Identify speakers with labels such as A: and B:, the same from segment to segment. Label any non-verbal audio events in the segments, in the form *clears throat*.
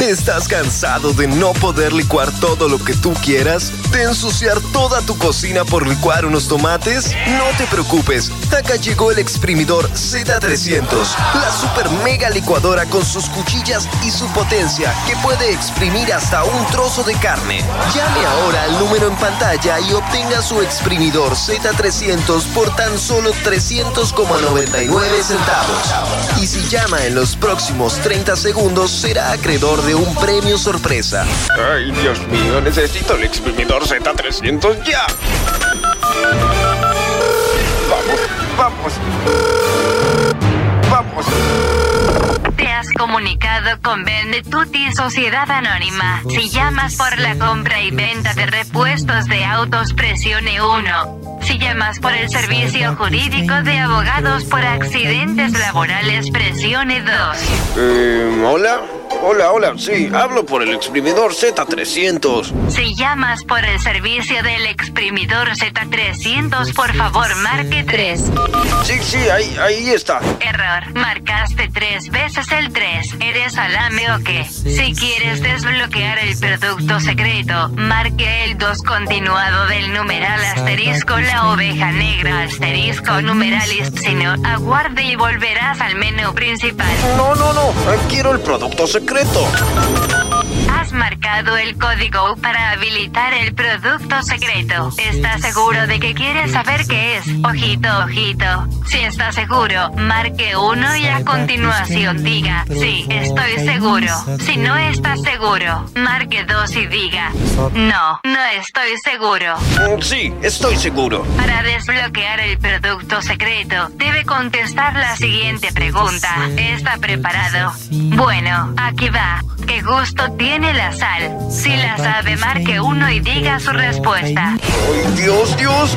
A: ¿Estás cansado de no poder licuar todo lo que tú quieras? ¿De ensuciar toda tu cocina por licuar unos tomates? No te preocupes, acá llegó el exprimidor Z300, la super mega licuadora con sus cuchillas y su potencia que puede exprimir hasta un trozo de carne. Llame ahora al número en pantalla y obtenga su exprimidor Z300 por tan solo 300,99 centavos. Y si llama en los próximos 30 segundos será acreedor de un premio sorpresa.
B: Ay, Dios mío, necesito el exprimidor Z300 ya. Vamos, vamos. Vamos.
C: Te has comunicado con Benetutti Sociedad Anónima. Si llamas por la compra y venta de repuestos de autos, presione 1. Si llamas por el servicio jurídico de abogados por accidentes laborales, presione 2.
B: Eh, hola. Hola, hola, sí, hablo por el exprimidor Z300.
C: Si llamas por el servicio del exprimidor Z300, por favor, marque 3.
B: Sí, sí, ahí, ahí está.
C: Error, marcaste tres veces el 3. ¿Eres salame o qué? Si quieres desbloquear el producto secreto, marque el 2 continuado del numeral asterisco la oveja negra asterisco numeral y si no, aguarde y volverás al menú principal.
B: No, no, no, eh, quiero el producto secreto.
C: Has marcado el código para habilitar el producto secreto. ¿Estás seguro de que quieres saber qué es? Ojito, ojito. Si está seguro, marque uno y a continuación diga, sí, estoy seguro. Si no estás seguro, marque dos y diga, no, no estoy seguro.
B: Mm, Sí, estoy seguro.
C: Para desbloquear el producto secreto, debe contestar la siguiente pregunta. ¿Está preparado? Bueno, aquí va. ¿Qué gusto tiene la sal? Si la sabe, marque uno y diga su respuesta.
B: Ay, Dios, Dios.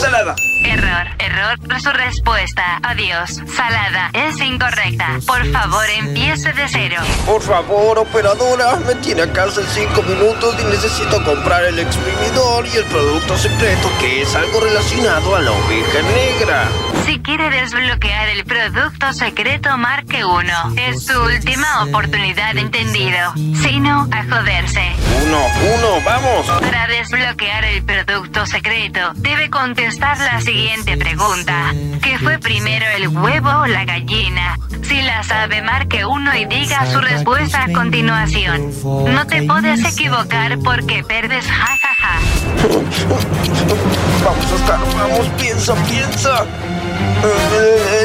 B: Salada.
C: Error, error, su respuesta. Adiós. Salada es incorrecta. Por favor, empiece de cero.
B: Por favor, operadora, me tiene a casa en 5 minutos y necesito comprar el exprimidor y el producto secreto que es algo relacionado a la oveja negra.
C: Si quiere desbloquear el producto secreto, marque uno. Es su última oportunidad, entendido. Si no, a joderse.
B: Uno, uno, vamos.
C: Para desbloquear el producto secreto, debe contestar la siguiente pregunta. ¿Qué fue primero el huevo o la gallina? Si la sabe, marque uno y diga su respuesta a continuación. No te puedes equivocar porque perdes jajaja.
B: Vamos, Oscar, vamos, piensa, piensa. Eh,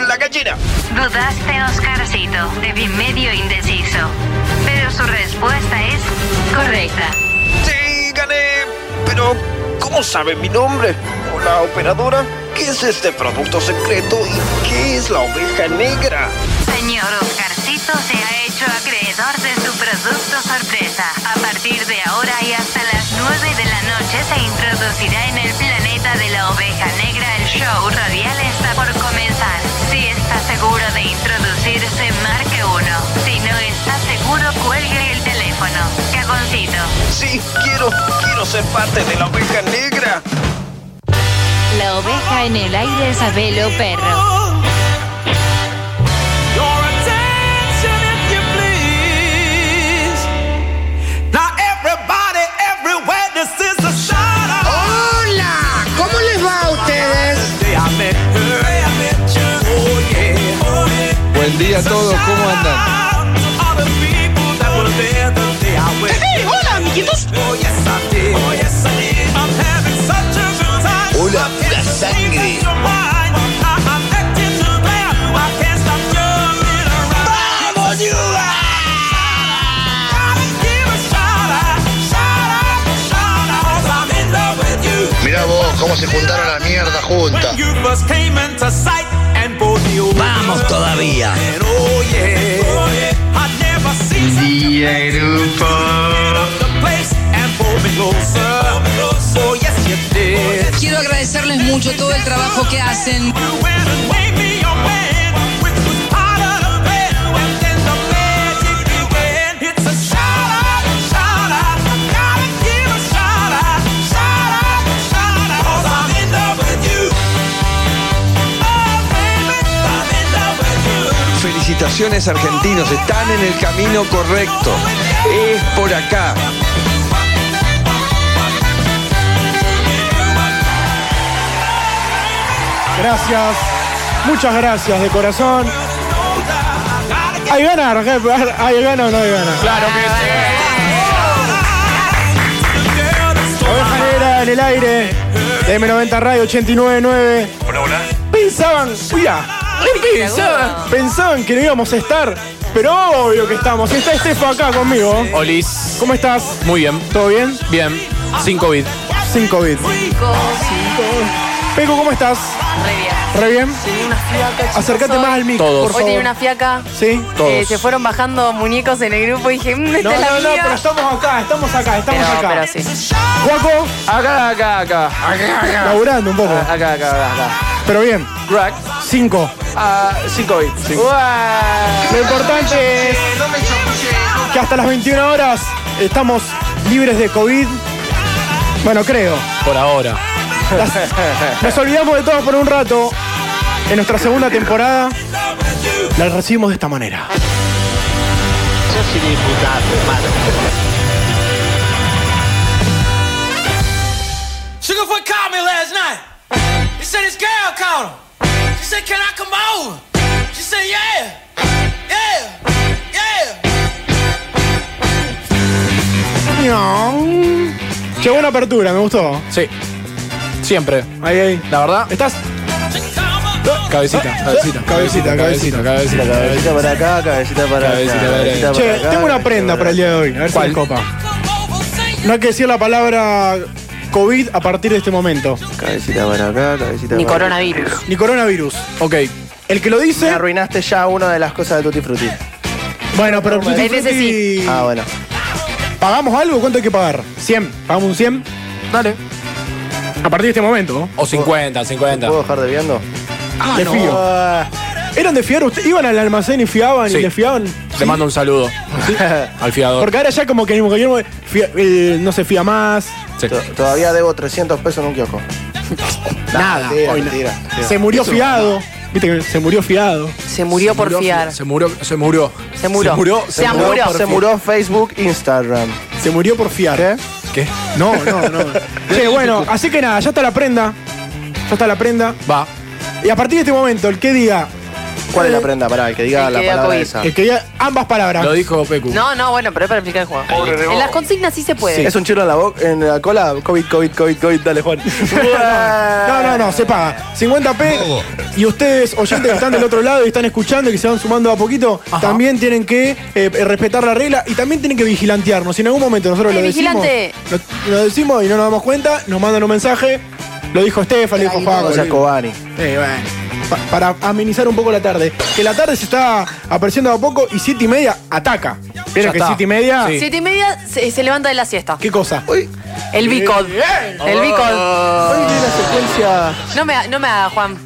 B: el- la gallina.
C: Dudaste, Oscarcito. Te vi medio indeciso. Pero su respuesta es correcta.
B: Sí, gané. Pero, ¿cómo sabe mi nombre? Hola, operadora. ¿Qué es este producto secreto y qué es la oveja negra?
C: Señor Oscarcito se ha hecho acreedor de su producto sorpresa. A partir de ahora y hasta las 9 de la noche se introducirá en el planeta de la oveja negra. El show radial está por comenzar. Si está seguro de introducirse, marque uno. Si no está seguro, cuelgue el teléfono. Cagoncito.
B: Sí, quiero, quiero ser parte de la oveja negra.
D: La oveja en el aire Sabelo Perro.
E: Your attention, if you please. Now, everybody, everywhere, this is a shout out.
F: ¡Hola! ¿Cómo les va a ustedes?
E: Day I met her, day I met you. Oh, yeah, oh, yeah.
G: Buen día a todos, ¿cómo andan?
E: Shout out to all the people that were there the day I went.
F: hola, amiguitos.
E: Oh, yes, I did. Oh, yes, I did. I'm having such a good time.
A: Hola,
E: I
A: pura
E: can't believe
A: sangre.
E: that you're mine. I- I'm acting to blame. I can't stop jumping around. Gotta give a shout out, shout out, shout out, 'cause I'm in love with you.
H: Mirá vos cómo se juntaron a la mierda juntas.
E: When you first came into sight and both you
I: Vamos todavía.
E: And oh yeah, oh yeah, I'd never seen such
H: Día grupo.
E: a place and pulled me closer. Oh yes you did.
F: Quiero agradecerles mucho todo el trabajo que
E: You
F: hacen.
E: went and waved me your hand, which was part of the plan. And then the magic began. It's a shout out, shout out. I gotta give a shout out, shout out, shout out. 'Cause I'm in love with you. Oh, baby, I'm in love with you.
G: Misiones Argentinos. Están en el camino correcto. Es por acá.
J: Gracias, muchas gracias de corazón. Hay ganas, jefe, hay ganas o no hay ganas. Claro que sí. Oveja Negra en el aire, de M90 Radio 899.
E: Hola, hola.
J: Pensaban, mira, pensaban, pensaban que no íbamos a estar, pero obvio que estamos. Está Estefo acá conmigo.
E: Olis.
J: ¿Cómo estás?
E: Muy bien.
J: ¿Todo bien?
E: Bien. Sin COVID.
J: Sin COVID. Peco, ¿cómo estás?
K: Re bien.
J: ¿Re bien?
K: Tenía una fiaca.
J: Acércate más al mic,
E: Todos.
J: por
K: Hoy tenía
J: favor.
K: una fiaca.
J: ¿Sí?
K: Eh, se fueron bajando muñecos en el grupo y dije, mmm, esta
J: No,
K: es la
J: no, no,
K: mía.
J: pero estamos acá, estamos acá, estamos
K: Pero-
J: acá.
K: pero sí.
J: Guaco,
E: Acá, acá, acá.
J: laburando un poco,
E: Acá, acá, acá. acá.
J: pero bien.
E: Crack.
J: Cinco.
E: Ah, sin COVID. Sin-
J: Lo importante es que hasta las 21 horas estamos libres de COVID. Bueno, creo.
E: Por ahora.
J: Nos olvidamos de todo por un rato. En nuestra segunda temporada la recibimos de esta manera.
L: Sugarfoot called me last night. He said his girl called him. She said, Can I come over? She said, Yeah, yeah, yeah.
J: Qué buena apertura, me gustó.
E: Sí. Siempre.
J: Ahí, ahí.
E: La verdad.
J: ¿Estás?
E: Cabecita, cabecita.
J: Cabecita,
E: Cabecita,
J: cabecita.
E: cabecita.
M: Cabecita para acá, cabecita para
E: Cabecita
M: acá.
E: para
M: cabecita para
J: Che,
M: acá,
J: tengo una
M: cabecita
J: prenda
M: para
J: para el día de hoy. A ver si
E: ¿Cuál?
J: me copa. No hay que decir la palabra COVID a partir de este momento.
M: acá. Cabecita para acá, cabecita
K: Ni
M: para acá.
K: coronavirus.
J: Ni coronavirus.
E: Ok.
J: El que lo
M: Me
J: dice.
M: arruinaste ya una de las cosas de Tutti Frutti.
J: Bueno, pero Tutti
K: En ese
J: Frutti-
M: Ah, bueno.
J: ¿Pagamos algo? ¿Cuánto hay que pagar? 100. ¿Pagamos un 100?
E: Dale.
J: A partir de este momento.
E: O 50, 50.
M: ¿Puedo dejar de viendo? Ah,
J: de fío. ¿Eran de fiar? ¿Ustedes iban al almacén y fiaban
E: Sí.
J: y le fiaban?
E: Le mando un saludo al fiador.
J: Porque ahora ya como que en cualquier momento, fia- eh, no se fía más.
E: Sí.
M: To- Todavía debo 300 pesos en un kiosco.
E: *laughs* Nada.
M: Mentira,
E: Hoy na-
M: mentira.
J: Se murió fiado. Viste que se murió fiado.
K: Se murió por fiar.
E: Se murió, se murió.
K: Se murió.
E: Se murió.
K: Se amuró.
E: murió por
M: Se
E: fiar.
M: muró Facebook, Instagram.
J: Se murió por fiar.
M: ¿Qué?
E: ¿Qué?
J: No, no, no. che, bueno, así que nada, ya está la prenda. Ya está la prenda.
E: Va.
J: Y a partir de este momento, el que diga,
M: ¿Cuál es la prenda? Pará, el que diga
K: El
M: la
K: que diga
M: palabra
K: COVID.
M: esa.
J: el que diga ambas palabras.
E: Lo dijo Pecu.
K: No, no, bueno, pero es para explicar el juego. En las consignas sí se puede.
M: Es un chino en la, boca, en la cola. COVID, COVID, COVID, COVID. Dale,
E: *laughs*
M: Juan.
J: No, no, no, se paga. 50p. Y ustedes, oyentes que están del otro lado y están escuchando y que se van sumando a poquito, también tienen que eh, respetar la regla y también tienen que vigilantearnos. Si en algún momento nosotros
K: ¡Eh,
J: lo decimos,
K: vigilante!
J: lo, lo decimos y no nos damos cuenta, nos mandan un mensaje. Lo dijo Estefan, lo dijo Juan.
M: O sea, Cobani.
J: para amenizar un poco la tarde. Que la tarde se está apareciendo de a poco y siete y media ataca. Pero
E: Ya
J: que
E: está.
J: siete y media.
E: Sí.
K: Siete y media se, se levanta de la siesta.
J: ¿Qué cosa? Ah.
K: El Bicod. El Bicod.
M: Hoy viene una secuencia.
K: No me, ha- no me haga, Juan.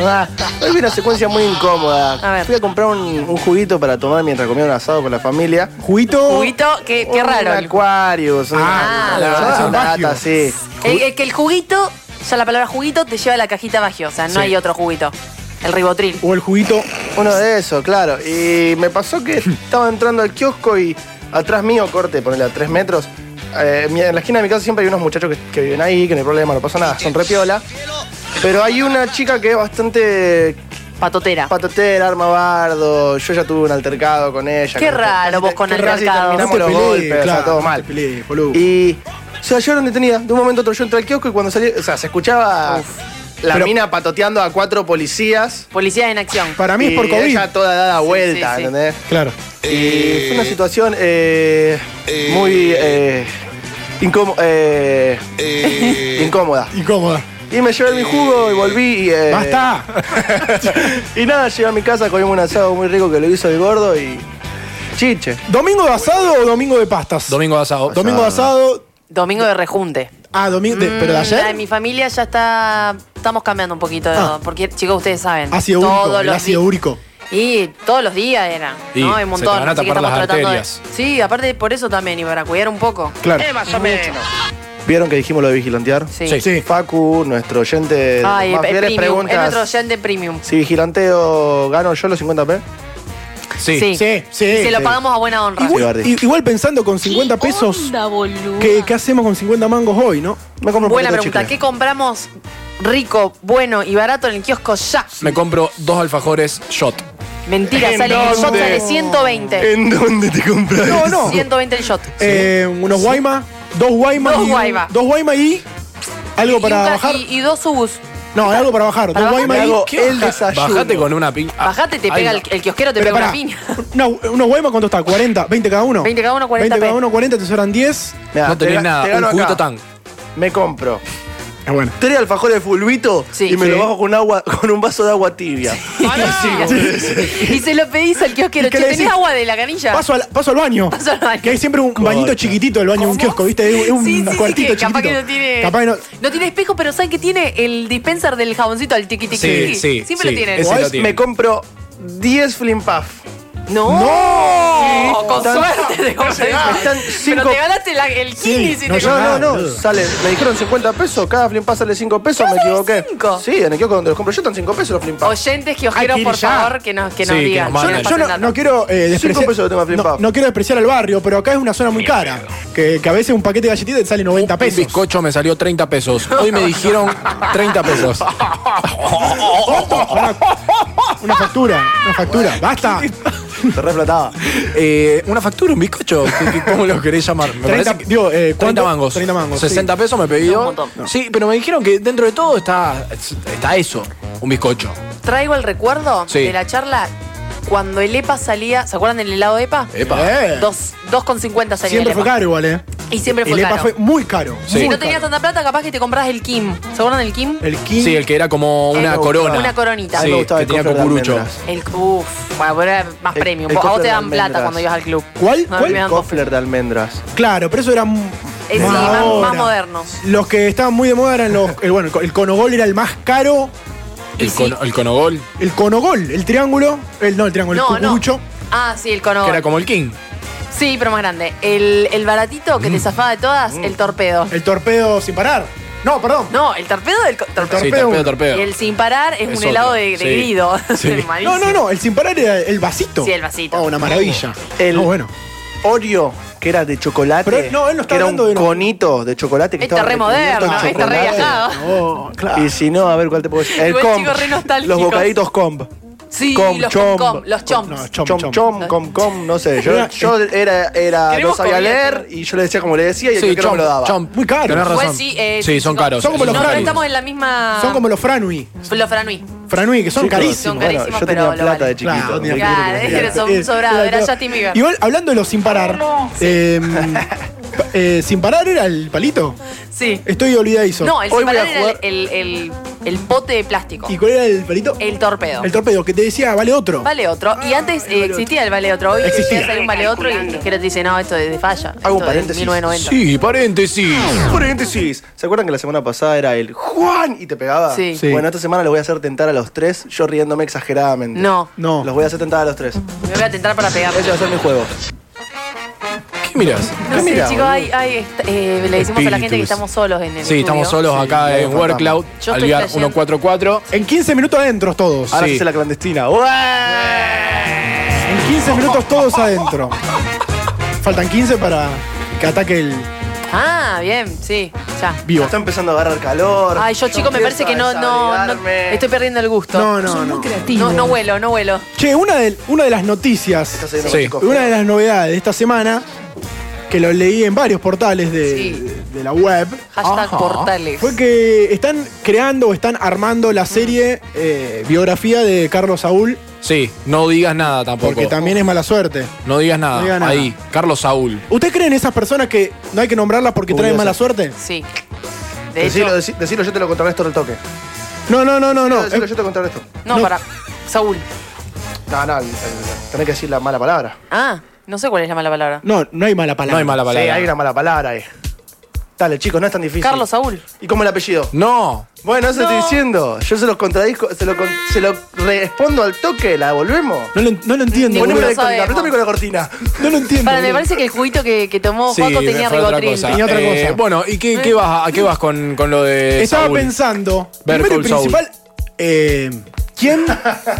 M: ah, hoy vi una secuencia muy incómoda.
K: A ver.
M: Fui a comprar un, un juguito para tomar mientras comía un asado con la familia.
J: Juguito.
K: Juguito, qué, qué
M: Un
K: raro. El,
M: Aquarius.
J: Ah,
M: una-
J: claro, es
M: una
J: un
M: data,
J: Baggio.
M: sí.
K: el- el que el juguito, ya la palabra juguito te lleva a la cajita magiosa. No
E: Sí.
K: hay otro juguito. El ribotril.
J: O el juguito.
M: Uno de esos, claro. Y me pasó que estaba entrando al kiosco y atrás mío, corte, ponele a tres metros. eh, mi- en la esquina de mi casa siempre hay unos muchachos que, que viven ahí, que no hay problema, no pasa nada, son re piola. Pero hay una chica que es bastante
K: Patotera.
M: patotera, arma bardo. Yo ya tuve un altercado con ella.
K: Qué
M: que nos-
K: raro vos con
M: casi
K: altercados.
M: terminamos los
J: pelees,
M: golpes, o sea,
J: claro,
M: todo
J: no
M: mal.
J: te pelees, boludo.
M: Y se la llevaron detenida. De un momento a otro yo entré al kiosco y cuando salí, o sea, se escuchaba la
J: Pero-
M: mina patoteando a cuatro policías.
K: Policía en acción.
J: Para mí es por
M: y
J: COVID.
M: Ella toda dada
K: Sí,
M: vuelta,
K: sí, sí.
M: ¿entendés?
J: Claro.
M: Y fue una situación eh, muy eh, incómo- eh, incómoda.
J: Incómoda.
M: Y me llevé mi jugo y volví y... eh,
J: ¡Basta!
M: *laughs* Y nada, llegué a mi casa, comimos un asado muy rico que lo hizo el gordo y... Chiche.
J: ¿Domingo de asado o domingo de pastas?
E: Domingo de asado.
J: Domingo de asado.
K: Domingo de rejunte.
J: Ah, domingo. de- ¿Pero de
K: Mm, La de
J: ayer?
K: mi familia ya está. Estamos cambiando un poquito. de-
J: Ah.
K: Porque, chicos, ustedes saben.
J: Ácido
K: todos
J: úrico. El
K: los
J: ácido
K: di-
J: úrico.
K: Y todos los días era.
E: Y
K: ¿no? Hay
E: se
K: un
E: te
K: montón.
E: van a
K: así que
E: tapar
K: estamos
E: las
K: tratando de-
E: arterias.
K: Sí, aparte por eso también y para cuidar un poco.
J: Claro.
M: más o menos. ¿Vieron que dijimos lo de vigilantear?
K: Sí.
E: Sí.
J: Sí.
M: Facu, nuestro oyente de los
K: Ay,
M: más
K: es,
M: fieles,
K: premium. Es nuestro
M: preguntas
K: oyente premium.
M: si vigilanteo, gano yo los 50p.
E: Sí.
K: Sí.
J: Sí, sí,
K: Y se lo
J: sí.
K: pagamos a buena honra.
J: Igual, i- igual pensando con 50 pesos,
K: Onda, boludo.
J: ¿qué, qué hacemos con 50 mangos hoy, no? Me compro
K: Buena pregunta. ¿Qué compramos rico, bueno y barato en el kiosco ya?
E: Me compro dos alfajores shot.
K: Mentira,
E: ¿En
K: sale el shot
E: dónde?
K: sale 120. *laughs*
E: dónde te compras?
J: No, no.
K: 120 el shot.
J: Eh, Unos Guayma, dos Guayma.
K: Dos
J: y-
K: Guayma.
J: Dos Guayma y algo
K: y,
J: para
K: un ca-
J: bajar.
K: y- y dos subus.
J: No, algo para bajar.
K: Para
J: dos
K: bajar.
J: Guayma
K: Me
J: y
K: hago el
E: Bajate con una piña. Ah,
K: Bajate, te
E: ahí
K: pega
E: va.
K: el, el kiosquero, te
J: Pero
K: pega una
J: pará.
K: piña.
J: No, unos Guayma, ¿cuánto está? ¿40? ¿20 cada uno?
K: 20 cada uno, 40
J: 20 cada
K: p.
J: uno, 40, te sobran 10.
M: Mirá,
E: No tenés
M: te ga-
E: nada,
M: te
E: un Ah,
M: gano acá.
E: juguito tan.
M: Me compro
J: Es bueno.
M: tres alfajores de fulbito y me
J: Sí.
M: lo bajo con, agua, con un vaso de agua tibia.
J: *laughs*
K: *laughs* y se lo pedís al kiosquero.
J: ¿Y qué
K: Che,
J: le
K: ¿tenés
J: decís?
K: agua de la canilla?
J: Paso al, paso al baño.
K: Paso al baño.
J: Que hay siempre un bañito chiquitito el baño de un kiosco, ¿viste? Es, es un
K: Sí, sí, sí,
J: cuartito
K: que capaz
J: chiquitito.
K: que no tiene.
J: Capaz que no-
K: No tiene espejo, pero ¿saben que tiene? El dispenser del jaboncito, al tiqui tiqui,
J: Sí,
K: tiqui.
J: sí,
K: Siempre
J: sí,
K: lo tienen.
J: ese lo tiene.
M: Me compro 10 flimpuff.
K: No.
M: ¡No!
K: Con
M: Están-
K: suerte te compré.
M: Están
K: Pero
M: cinco-
K: te ganaste la- el kini si
M: no,
K: te
M: no,
K: compras.
M: no, no, sale, me dijeron 50 pesos, cada flimpa sale 5 pesos, me equivoqué. Sí, en el kiosco donde los compro yo están 5 pesos los flimpa.
K: Oyentes kiosqueros,
M: Hay que ir
K: por
M: ya.
K: favor, que nos, que nos
M: Sí, que
K: digan.
M: nos
K: que
M: manden.
K: nos
J: Yo
K: pasen
J: no,
K: datos.
J: no quiero eh,
M: Cinco
J: despreciar.
M: pesos de tema flip
J: no,
M: up.
J: no quiero despreciar al barrio, pero acá es una zona muy cara. Que, que a veces un paquete de galletitas te sale 90
E: Un
J: pesos.
E: bizcocho me salió 30 pesos. Hoy me dijeron 30
J: *laughs*
E: pesos.
J: Una factura, una
K: *laughs*
J: factura. Basta.
M: Te reflataba.
E: Eh, una factura, un bizcocho. ¿Cómo lo querés llamar? Me
J: 30,
E: parece que-
J: digo, eh,
E: 30
J: ¿cuánto?
E: mangos.
J: 30 mangos,
E: 60
J: sí.
E: pesos me pedí
J: Es un
E: yo.
J: montón.
E: Sí, pero me dijeron que dentro de todo está, está eso. Un bizcocho.
K: Traigo el recuerdo
E: Sí.
K: de la charla cuando el EPA salía. ¿Se acuerdan del helado EPA?
E: Epa.
J: Eh.
K: Dos- 2,50 salía
J: Siempre
K: el
J: fue
K: EPA.
J: caro igual, ¿eh?
K: Y siempre fue
J: el EPA
K: caro.
J: fue muy caro.
K: si
J: muy
K: no tenías
J: caro.
K: tanta plata, capaz que te compras el Kim. ¿Se acuerdan del Kim?
J: El King.
E: Sí, el que era como una
K: Eh,
E: corona.
K: Una coronita.
E: Sí, que tenía cocurucho.
K: El, uf, bueno, pero era más
M: El-
K: premium.
M: el
K: a vos
M: cofre
K: te
M: de
K: dan plata
M: almendras.
K: cuando ibas al club.
J: ¿Cuál?
K: No,
J: ¿Cuál?
K: me dan
M: Cofler de almendras.
J: Claro, pero eso era. m-
K: Eh, sí,
J: más
K: más,
J: ahora.
K: más moderno.
J: Los que estaban muy de moda eran los. el- bueno, el co- el conogol era el más caro.
E: El, cono- el conogol,
J: El conogol, el triángulo. El, no, el triángulo,
K: No,
J: el
K: no.
J: cucurucho.
K: Ah, sí, el cono.
E: que era como el king.
K: Sí, pero más grande. El, el baratito que te zafaba de todas, el torpedo.
J: El torpedo sin parar. No, perdón.
K: No, el torpedo del co- torpedo.
E: Sí, torpedo, torpedo.
K: Y el sin parar es,
E: Es
K: un helado de, de
E: otro, sí.
K: grido. *laughs*
E: Sí.
K: Es malísimo.
J: No, no, no. El sin parar era el vasito.
K: Sí, el vasito.
J: Oh, una maravilla.
M: El
J: No, bueno.
M: Oreo, que era de chocolate.
J: Pero él- no, él no está
M: que era
J: hablando
M: un
J: de los-
M: conito de chocolate que
K: Este
M: estaba
K: re
M: recubierto en
K: moderno, este re
M: chocolate.
K: viajado.
J: Oh, claro.
M: Y si no, a ver cuál te puedo decir. El
K: Igual,
M: comp.
K: chicos, re nostálgicos.
M: Los bocaditos comp.
K: Sí,
M: Com,
K: los
M: chom.
K: com, los chomps.
J: No, Ah, chom,
M: Chom,
J: chom. eh,
M: chom, com, com, no sé. Yo, yo era, era no
K: Queremos
M: sabía
K: comida,
M: leer y yo le decía como le decía y el
E: Sí,
M: que no me lo daba.
E: chomp.
J: Muy caro.
E: Tenés razón.
K: Pues sí, eh,
E: Sí, son
K: chicos,
E: caros.
J: son como los
K: no, pero
J: franes.
K: estamos en la misma.
J: Son como los franui.
K: Los franui.
J: Franui, que son
M: Chicos,
J: carísimos.
K: Son
M: Bueno,
K: carísimos, pero
M: yo tenía
K: lo
M: plata de
K: valen.
M: chiquito.
J: Claro,
M: ¿no?
K: Claro, es que son
J: Eh,
K: sobrados, era
J: claro.
K: Justin Bieber. Ah,
J: Igual, hablando de los sin parar. eh, pa- eh, sin parar era el palito.
K: Sí.
J: Estoy olvidadizo.
K: No, el
M: Hoy
K: sin
M: voy a
K: parar era
M: jugar-
K: el, el- el- el bote de plástico.
J: ¿Y cuál era el palito?
K: El torpedo.
J: El torpedo, que te decía, vale otro.
K: Vale otro. Y antes eh, existía el vale otro. Hoy
J: Existía.
K: existía un vale otro y el que te dice, no, esto es de falla.
M: Hago un
K: Esto es de
M: paréntesis.
K: 1990.
E: Sí, paréntesis.
M: Paréntesis. ¿Se acuerdan que la semana pasada era el Juan y te pegaba?
K: Sí.
J: Sí.
M: Bueno, esta semana los voy a hacer tentar a los tres, yo riéndome exageradamente.
K: No,
J: No.
M: Los voy a hacer tentar a los tres.
K: me voy a tentar para pegar.
M: Ese va a ser mi juego.
E: ¿Qué mirás?
K: No
M: ¿Qué
K: sé,
M: mirá,
K: chicos,
M: boludo?
K: hay- hay esta- eh, le decimos a la gente que
E: Espíritus.
K: estamos solos en el
E: Sí, estamos
K: estudio.
E: solos acá
M: Sí,
E: en
M: no,
E: WorkCloud,
K: Yo estoy
E: Alvear
K: trayendo-
E: 144.
J: En 15 minutos adentro todos.
M: Ahora
E: Sí.
M: se hace la clandestina. ¡Ué!
J: En 15 minutos todos adentro. Faltan 15 para que ataque el
K: Ah, bien, sí, ya.
J: vivo.
M: Está empezando a agarrar calor.
K: Ay, yo, chico, me
M: empiezo
K: parece que no,
M: a
K: no, no-
M: desabrigarme.
K: estoy perdiendo el gusto.
J: No, no, no.
K: No, no huelo, no huelo.
J: Che, una de, una de las noticias,
M: Está saliendo
E: Sí.
M: con chicos
J: una
M: feos.
J: de las novedades de esta semana, que lo leí en varios portales de,
K: Sí.
J: de- de la web,
K: Hashtag
E: Ajá.
K: portales.
J: fue que están creando o están armando la serie eh, biografía de Carlos Saúl,
E: Sí, no digas nada tampoco.
J: porque también es mala suerte.
E: No digas nada.
J: No digas nada.
E: Ahí, Carlos Saúl.
J: ¿Usted cree en esas personas que no hay que nombrarlas porque traen
M: Curiosa.
J: mala suerte?
K: Sí. De hecho,
M: Decilo, decí- decilo, yo te lo contrarresto al toque.
J: No, no, no, no, no.
M: Decilo,
J: Eh,
M: yo te contrarresto.
K: no,
J: no.
K: para. Saúl.
M: No, no, el- el- tenés que decir la mala palabra.
K: Ah, no sé cuál es la mala palabra.
J: No, no hay mala palabra.
E: No hay mala palabra.
M: Sí, hay una mala palabra ahí. Dale, chicos, no es tan difícil.
K: Carlos Saúl.
M: ¿Y cómo el apellido?
E: No.
M: Bueno, eso
K: No.
M: estoy diciendo. Yo se los contradisco, se lo, con- se lo respondo al toque, la devolvemos.
J: No lo, no lo entiendo.
K: Ninguno lo
J: boludo.
M: Poneme la de cortina,
K: sabemos.
M: apretame con la cortina.
J: No lo entiendo.
K: Para, me
J: boludo.
K: parece que el juguito que, que tomó
E: Sí,
K: Juaco tenía
E: fue otra
K: ribotril.
E: cosa.
J: Tenía otra
E: Eh,
J: cosa.
E: Bueno, ¿y qué, qué vas, a qué vas con, con lo de
J: Estaba
E: Eh, Saúl?
J: pensando.
E: Ver
J: primero y
E: Call Saul.
J: principal, eh,
K: *laughs*
J: ¿Quién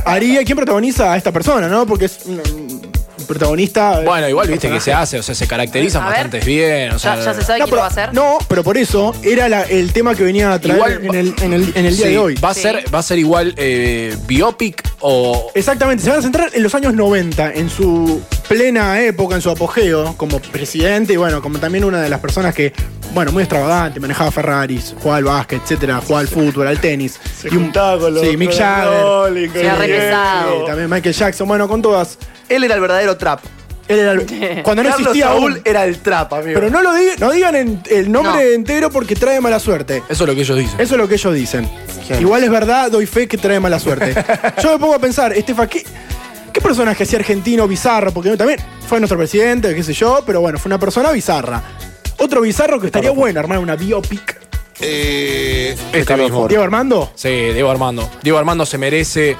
J: haría, quién protagoniza a esta persona, no? Porque es un, un protagonista. eh,
E: Bueno, igual viste que se hace, o sea, se caracterizan
K: A ver.
E: bastante bien. O sea,
K: ya, ya se sabe
J: No,
K: quién lo va a hacer.
J: No, pero por eso era la- el tema que venía a traer
E: Igual-
J: en, el, en el- en el día
E: Sí,
J: de hoy.
E: Va a, ser, va a ser igual eh, biopic o.
J: Exactamente, se van a centrar en los años 90, en su plena época, en su apogeo como presidente y bueno, como también una de las personas que, bueno, muy extravagante, manejaba Ferraris, jugaba al básquet, etcétera, jugaba al fútbol, al tenis. y un
M: los-
J: Sí, Mick
M: con el
J: Jagger.
M: Rolling, con
K: Se ha
J: Sí,
K: repesado.
J: También Michael Jackson, bueno, con todas.
M: Él era el verdadero trap.
J: Él era
M: *laughs*
J: el- cuando no
M: Carlos
J: existía
M: Saúl
J: aún.
M: era el trap, amigo.
J: Pero no lo digan, no digan en- el nombre entero porque trae mala suerte.
E: Eso es lo que ellos dicen.
J: Eso es lo que ellos dicen. Igual es verdad, doy fe que trae mala suerte. Yo me pongo a pensar, Estefa, ¿qué, qué personaje así argentino, bizarro? Porque también fue nuestro presidente, qué sé yo, pero bueno, fue una persona bizarra. Otro bizarro que estaría bueno armar una biopic. eh,
E: Este mismo.
J: Diego Armando.
E: Sí, Diego Armando. Diego Armando se merece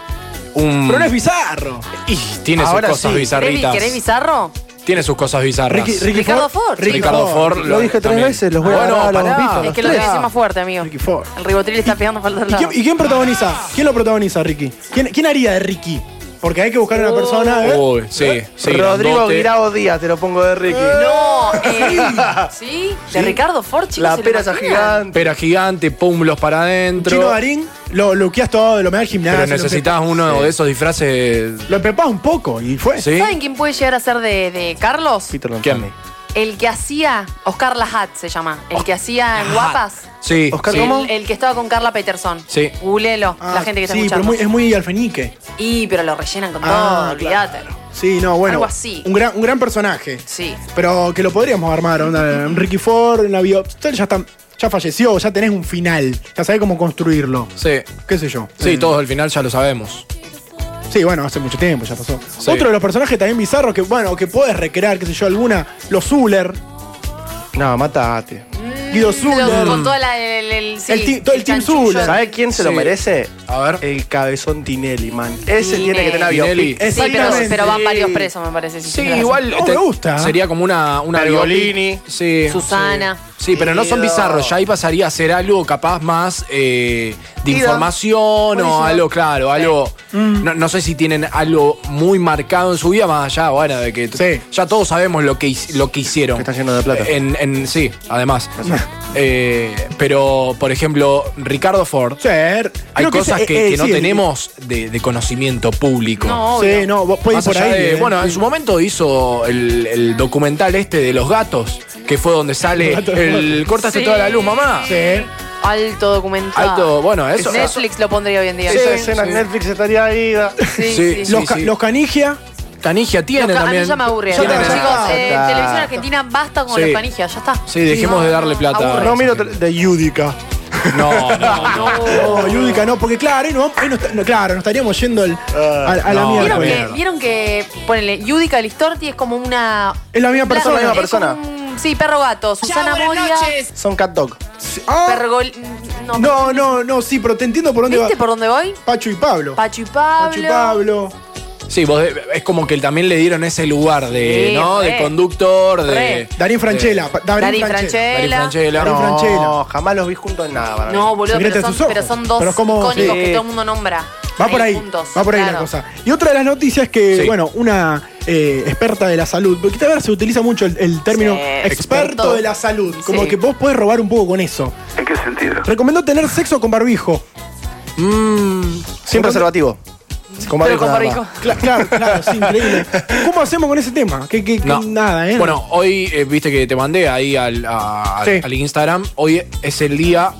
E: un.
J: Pero no es bizarro.
E: Y tiene sus
J: Ahora
E: cosas
J: sí.
K: Debbie,
E: bizarritas.
K: ¿querés bizarro?
E: Tiene sus cosas bizarras.
J: Ricky- Ricky
K: Ricardo Ford.
E: Ricky Ricardo Ford.
M: Lo dije tres veces, los voy a
E: bueno,
M: agarrar a los
E: pará.
M: bifos.
K: Es que lo tenés que decir más fuerte, amigo.
J: Ricky Ford.
K: El ribotril está pegando para el
J: *laughs*
K: otro
J: ¿Y
K: lado.
J: quién, y quién protagoniza? ¿Quién lo protagoniza, Ricky? ¿Quién, quién haría de Ricky? Porque hay que buscar una persona. ¿eh?
E: Uy, sí, sí.
M: Rodrigo
E: grandote.
M: Guirao Díaz, te lo pongo de Ricky.
K: No, eh, ¿sí? ¿De
M: Sí.
K: Ricardo Ford, chicos?
M: La
K: ¿se lo
M: pera esa
K: imaginan?
M: gigante.
E: Pera gigante, pómulos para adentro.
J: Chino Darín, lo luqueas todo, lo me da al gimnasio.
E: Pero
J: lo
E: necesitas uno de esos disfraces.
J: pe- Lo empepás un poco y fue.
E: ¿Sí?
K: ¿Saben quién puede llegar a ser de, de Carlos?
M: Peter
E: ¿Quién?
K: El que hacía, Oscar Lahat se llama, el que hacía en Guapas.
E: Sí.
J: Oscar,
E: sí.
J: ¿cómo?
K: El, el que estaba con Carla Peterson.
E: Sí.
K: Googlelo, la
J: Ah,
K: gente que está
J: Sí, pero
K: escuchando.
J: muy- es muy alfenique.
K: Y pero lo rellenan con todo,
J: Ah, claro.
K: olvídate.
J: Sí, no, bueno.
K: Algo así.
J: Un gran, un gran personaje.
K: Sí.
J: Pero que lo podríamos armar, onda, un Ricky Ford, una bio. Usted ya, está, ya falleció, ya tenés un final. Ya sabés cómo construirlo.
E: Sí.
J: Qué sé yo.
E: Sí,
J: Eh,
E: todos al final ya lo sabemos.
J: Sí, bueno, hace mucho tiempo ya pasó.
E: Sí.
J: Otro de los personajes también bizarros que, bueno, que puedes recrear, qué sé yo, alguna. Los Zuller,
M: No, matate.
K: Mm. Pero
J: Guido Zuller.
K: con toda la. El, el- sí,
J: El ti- todo el team
K: chanchullo.
J: Zuller.
M: ¿Sabes quién se lo
E: Sí.
M: merece?
E: A ver.
M: El cabezón Tinelli, man. Ese tiene que tener
K: Tinelli.
M: avión.
E: Tinelli.
K: Sí, pero,
J: Exactamente.
K: pero van varios presos, me parece. si
E: Sí,
K: tenés razón.
E: igual. este
J: No, Oh, me gusta.
E: Sería como una. una
M: Pergolini.
E: biopic. Sí.
K: Susana.
E: Sí, pero no son
M: Guido.
E: bizarros. Ya ahí pasaría a ser algo capaz más eh, de
M: Guido.
E: información o
M: Buenísimo.
E: algo, claro, algo.
J: Mm.
E: No, no sé si tienen algo muy marcado en su vida, más allá, bueno, de que t-
J: Sí.
E: ya todos sabemos lo que, hi- lo que hicieron.
M: Que están llenos de plata.
E: En, en- sí, además. *laughs* Eh, pero, por ejemplo, Ricardo Ford.
J: Sí, er-
E: Hay
J: creo
E: cosas
J: se-
E: que,
J: eh, eh,
E: que no
J: sí, el-
E: tenemos de, de conocimiento público.
K: No, obvio.
J: Sí, no, vos podés
E: Más
J: ir por
E: allá
J: ahí.
E: de-
J: eh.
E: bueno, en
J: Sí.
E: su momento hizo el, el documental este de los gatos, que fue donde sale
J: Los gatos.
E: el cortaste
K: Sí. Ah.
E: toda la luz, mamá.
J: Sí.
K: Alto documental.
E: Alto, bueno, eso.
K: Netflix lo pondría hoy en día.
M: Esa escena en Netflix estaría ahí. da-
K: Sí,
E: Sí,
K: sí.
E: sí.
J: los, ca- los canigia.
E: Canigia ah, tiene
K: Los ca- a
E: también.
K: mí ya me aburre.
E: Tiene-
J: está, ya
K: Chicos,
J: está.
K: eh,
M: Ya está.
K: televisión argentina basta con
E: Sí.
K: los canijas, ya está.
E: Sí, dejemos de darle plata.
K: Aburre.
M: No miro tele- de Yudica.
E: No, no,
J: *laughs*
E: no.
K: Oh.
J: No, Yudica no, porque claro, ahí no, ahí no está- no, claro, nos estaríamos yendo al- a, a la
E: Ah, no.
K: ¿Vieron
J: mierda.
E: Bueno.
K: que, vieron que, ponele, Yudica Listorti es como una.
J: Es la misma persona.
K: es
M: la misma
K: como un- sí, perro gato. Susana Moria.
M: Son cat dog.
J: Ah,
K: Pergol. No,
J: no, no, no, sí, pero te entiendo por dónde
K: ¿Viste
J: va.
K: por dónde voy?
J: Pacho y Pablo.
K: Pacho y Pablo.
J: Pacho y Pablo.
E: Sí, vos de- es como que también le dieron ese lugar de,
K: Sí,
E: ¿no?
K: re.
E: De conductor, de.
K: Re.
J: Darín Franchella. pa- Darín,
K: Darín
J: Franchella.
E: Darín
K: Franchella.
E: Franchella.
J: Darín
E: No.
M: No,
J: Franchella.
M: jamás los vi juntos en nada. para mí.
K: No, boludo,
J: Se
K: pero
J: meten
K: son,
J: sus ojos.
K: pero son dos
J: Pero es como-
K: icónicos
J: sí.
K: que todo el mundo nombra.
J: Va por ahí,
K: eh, juntos.
J: va por ahí la
K: Claro.
J: cosa. Y otra de las noticias que,
E: Sí.
J: bueno, una eh, experta de la salud, porque tal vez se utiliza mucho el, el término
K: Sí,
J: experto,
K: experto.
J: de la salud, como
K: Sí.
J: que vos podés robar un poco con eso.
H: ¿En qué sentido?
J: Recomendó tener sexo con barbijo.
M: Sin preservativo. Con
K: Pero con
M: nada más.
K: barbijo.
J: Cla- claro, claro,
E: *laughs*
J: sí, increíble. ¿Cómo hacemos con ese tema? Que, que- que
E: No.
J: nada, ¿eh?
E: Bueno, hoy eh, viste que te mandé ahí al, a-
J: Sí.
E: al Instagram. Hoy es el día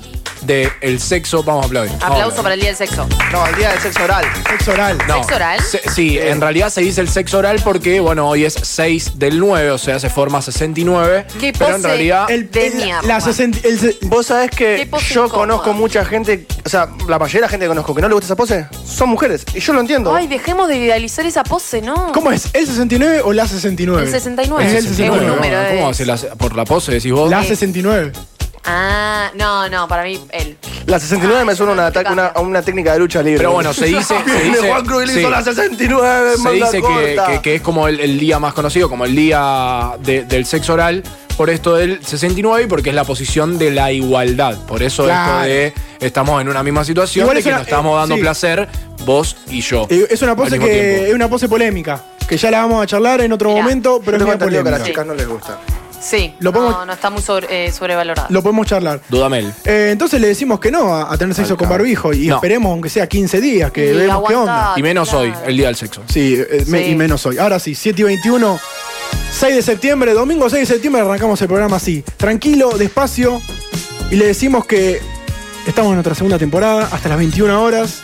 E: del sexo. Vamos a aplaudir. Vamos a
K: Aplauso
E: aplaudir.
K: para el día del sexo.
M: No, el día del sexo oral.
J: sexo oral.
K: ¿Sexo oral?
E: se- sí, en realidad se dice el sexo oral porque, bueno, hoy es 6 del 9, o sea, se forma 69.
K: Qué
E: pero en
K: pose.
E: realidad.
J: El,
K: De
J: el-
K: mierda.
J: la 60 el se-
M: Vos sabés que
K: Qué pose
M: yo
K: incómoda.
M: conozco mucha gente, o sea, la mayoría de la gente que conozco que no le gusta esa pose son mujeres. Y yo lo entiendo.
K: Ay, dejemos de idealizar esa pose, ¿no?
J: ¿Cómo es? ¿El 69 o la 69?
K: El 69.
J: Es el
K: Es un
J: 69.
K: número.
E: ¿no?
K: es.
E: ¿Cómo hace la- por la pose, decís vos?
J: La 69.
K: Ah, no, no, para mí él.
M: la 69 me suena a un
K: Ay,
M: ataque,
K: cambia.
M: una, a una técnica de lucha libre.
E: Pero bueno, se
M: *laughs*
E: dice. se
M: Viene
E: dice-
M: Juan Cruz y le
E: sí.
M: hizo la 69,
E: Se
M: manga
E: dice que,
M: corta.
E: que- que es como el, el día más conocido, como el día de- del sexo oral, por esto del 69 y porque es la posición de la igualdad. Por eso
J: Claro.
E: esto de estamos en una misma situación,
J: Igual
E: de
J: es
E: que
J: una-
E: nos estamos
J: eh,
E: dando
J: sí.
E: placer vos y yo.
J: Eh, Es una
E: al
J: pose
E: mismo
J: que
E: tiempo.
J: es una pose polémica, que ya la vamos a charlar en otro momento, pero es
M: tengo
J: una
M: entendido que a
J: polémica.
M: las chicas no les gusta.
K: Sí.
J: Lo pongo-
K: no, no está muy sobre, eh, sobrevalorado.
J: Lo podemos charlar.
E: Dudamel.
J: Eh, entonces le decimos que no a, a tener sexo con barbijo y esperemos aunque sea 15 días que
K: Y
J: vemos qué
K: aguantá,
J: onda.
E: Y
K: Ah,
E: menos hoy, el día del sexo.
J: Sí, eh, me-
K: Sí.
J: y menos hoy. Ahora sí, 7 y 21, 6 de septiembre, domingo 6 de septiembre arrancamos el programa así, tranquilo, despacio, y le decimos que estamos en nuestra segunda temporada, hasta las 21 horas,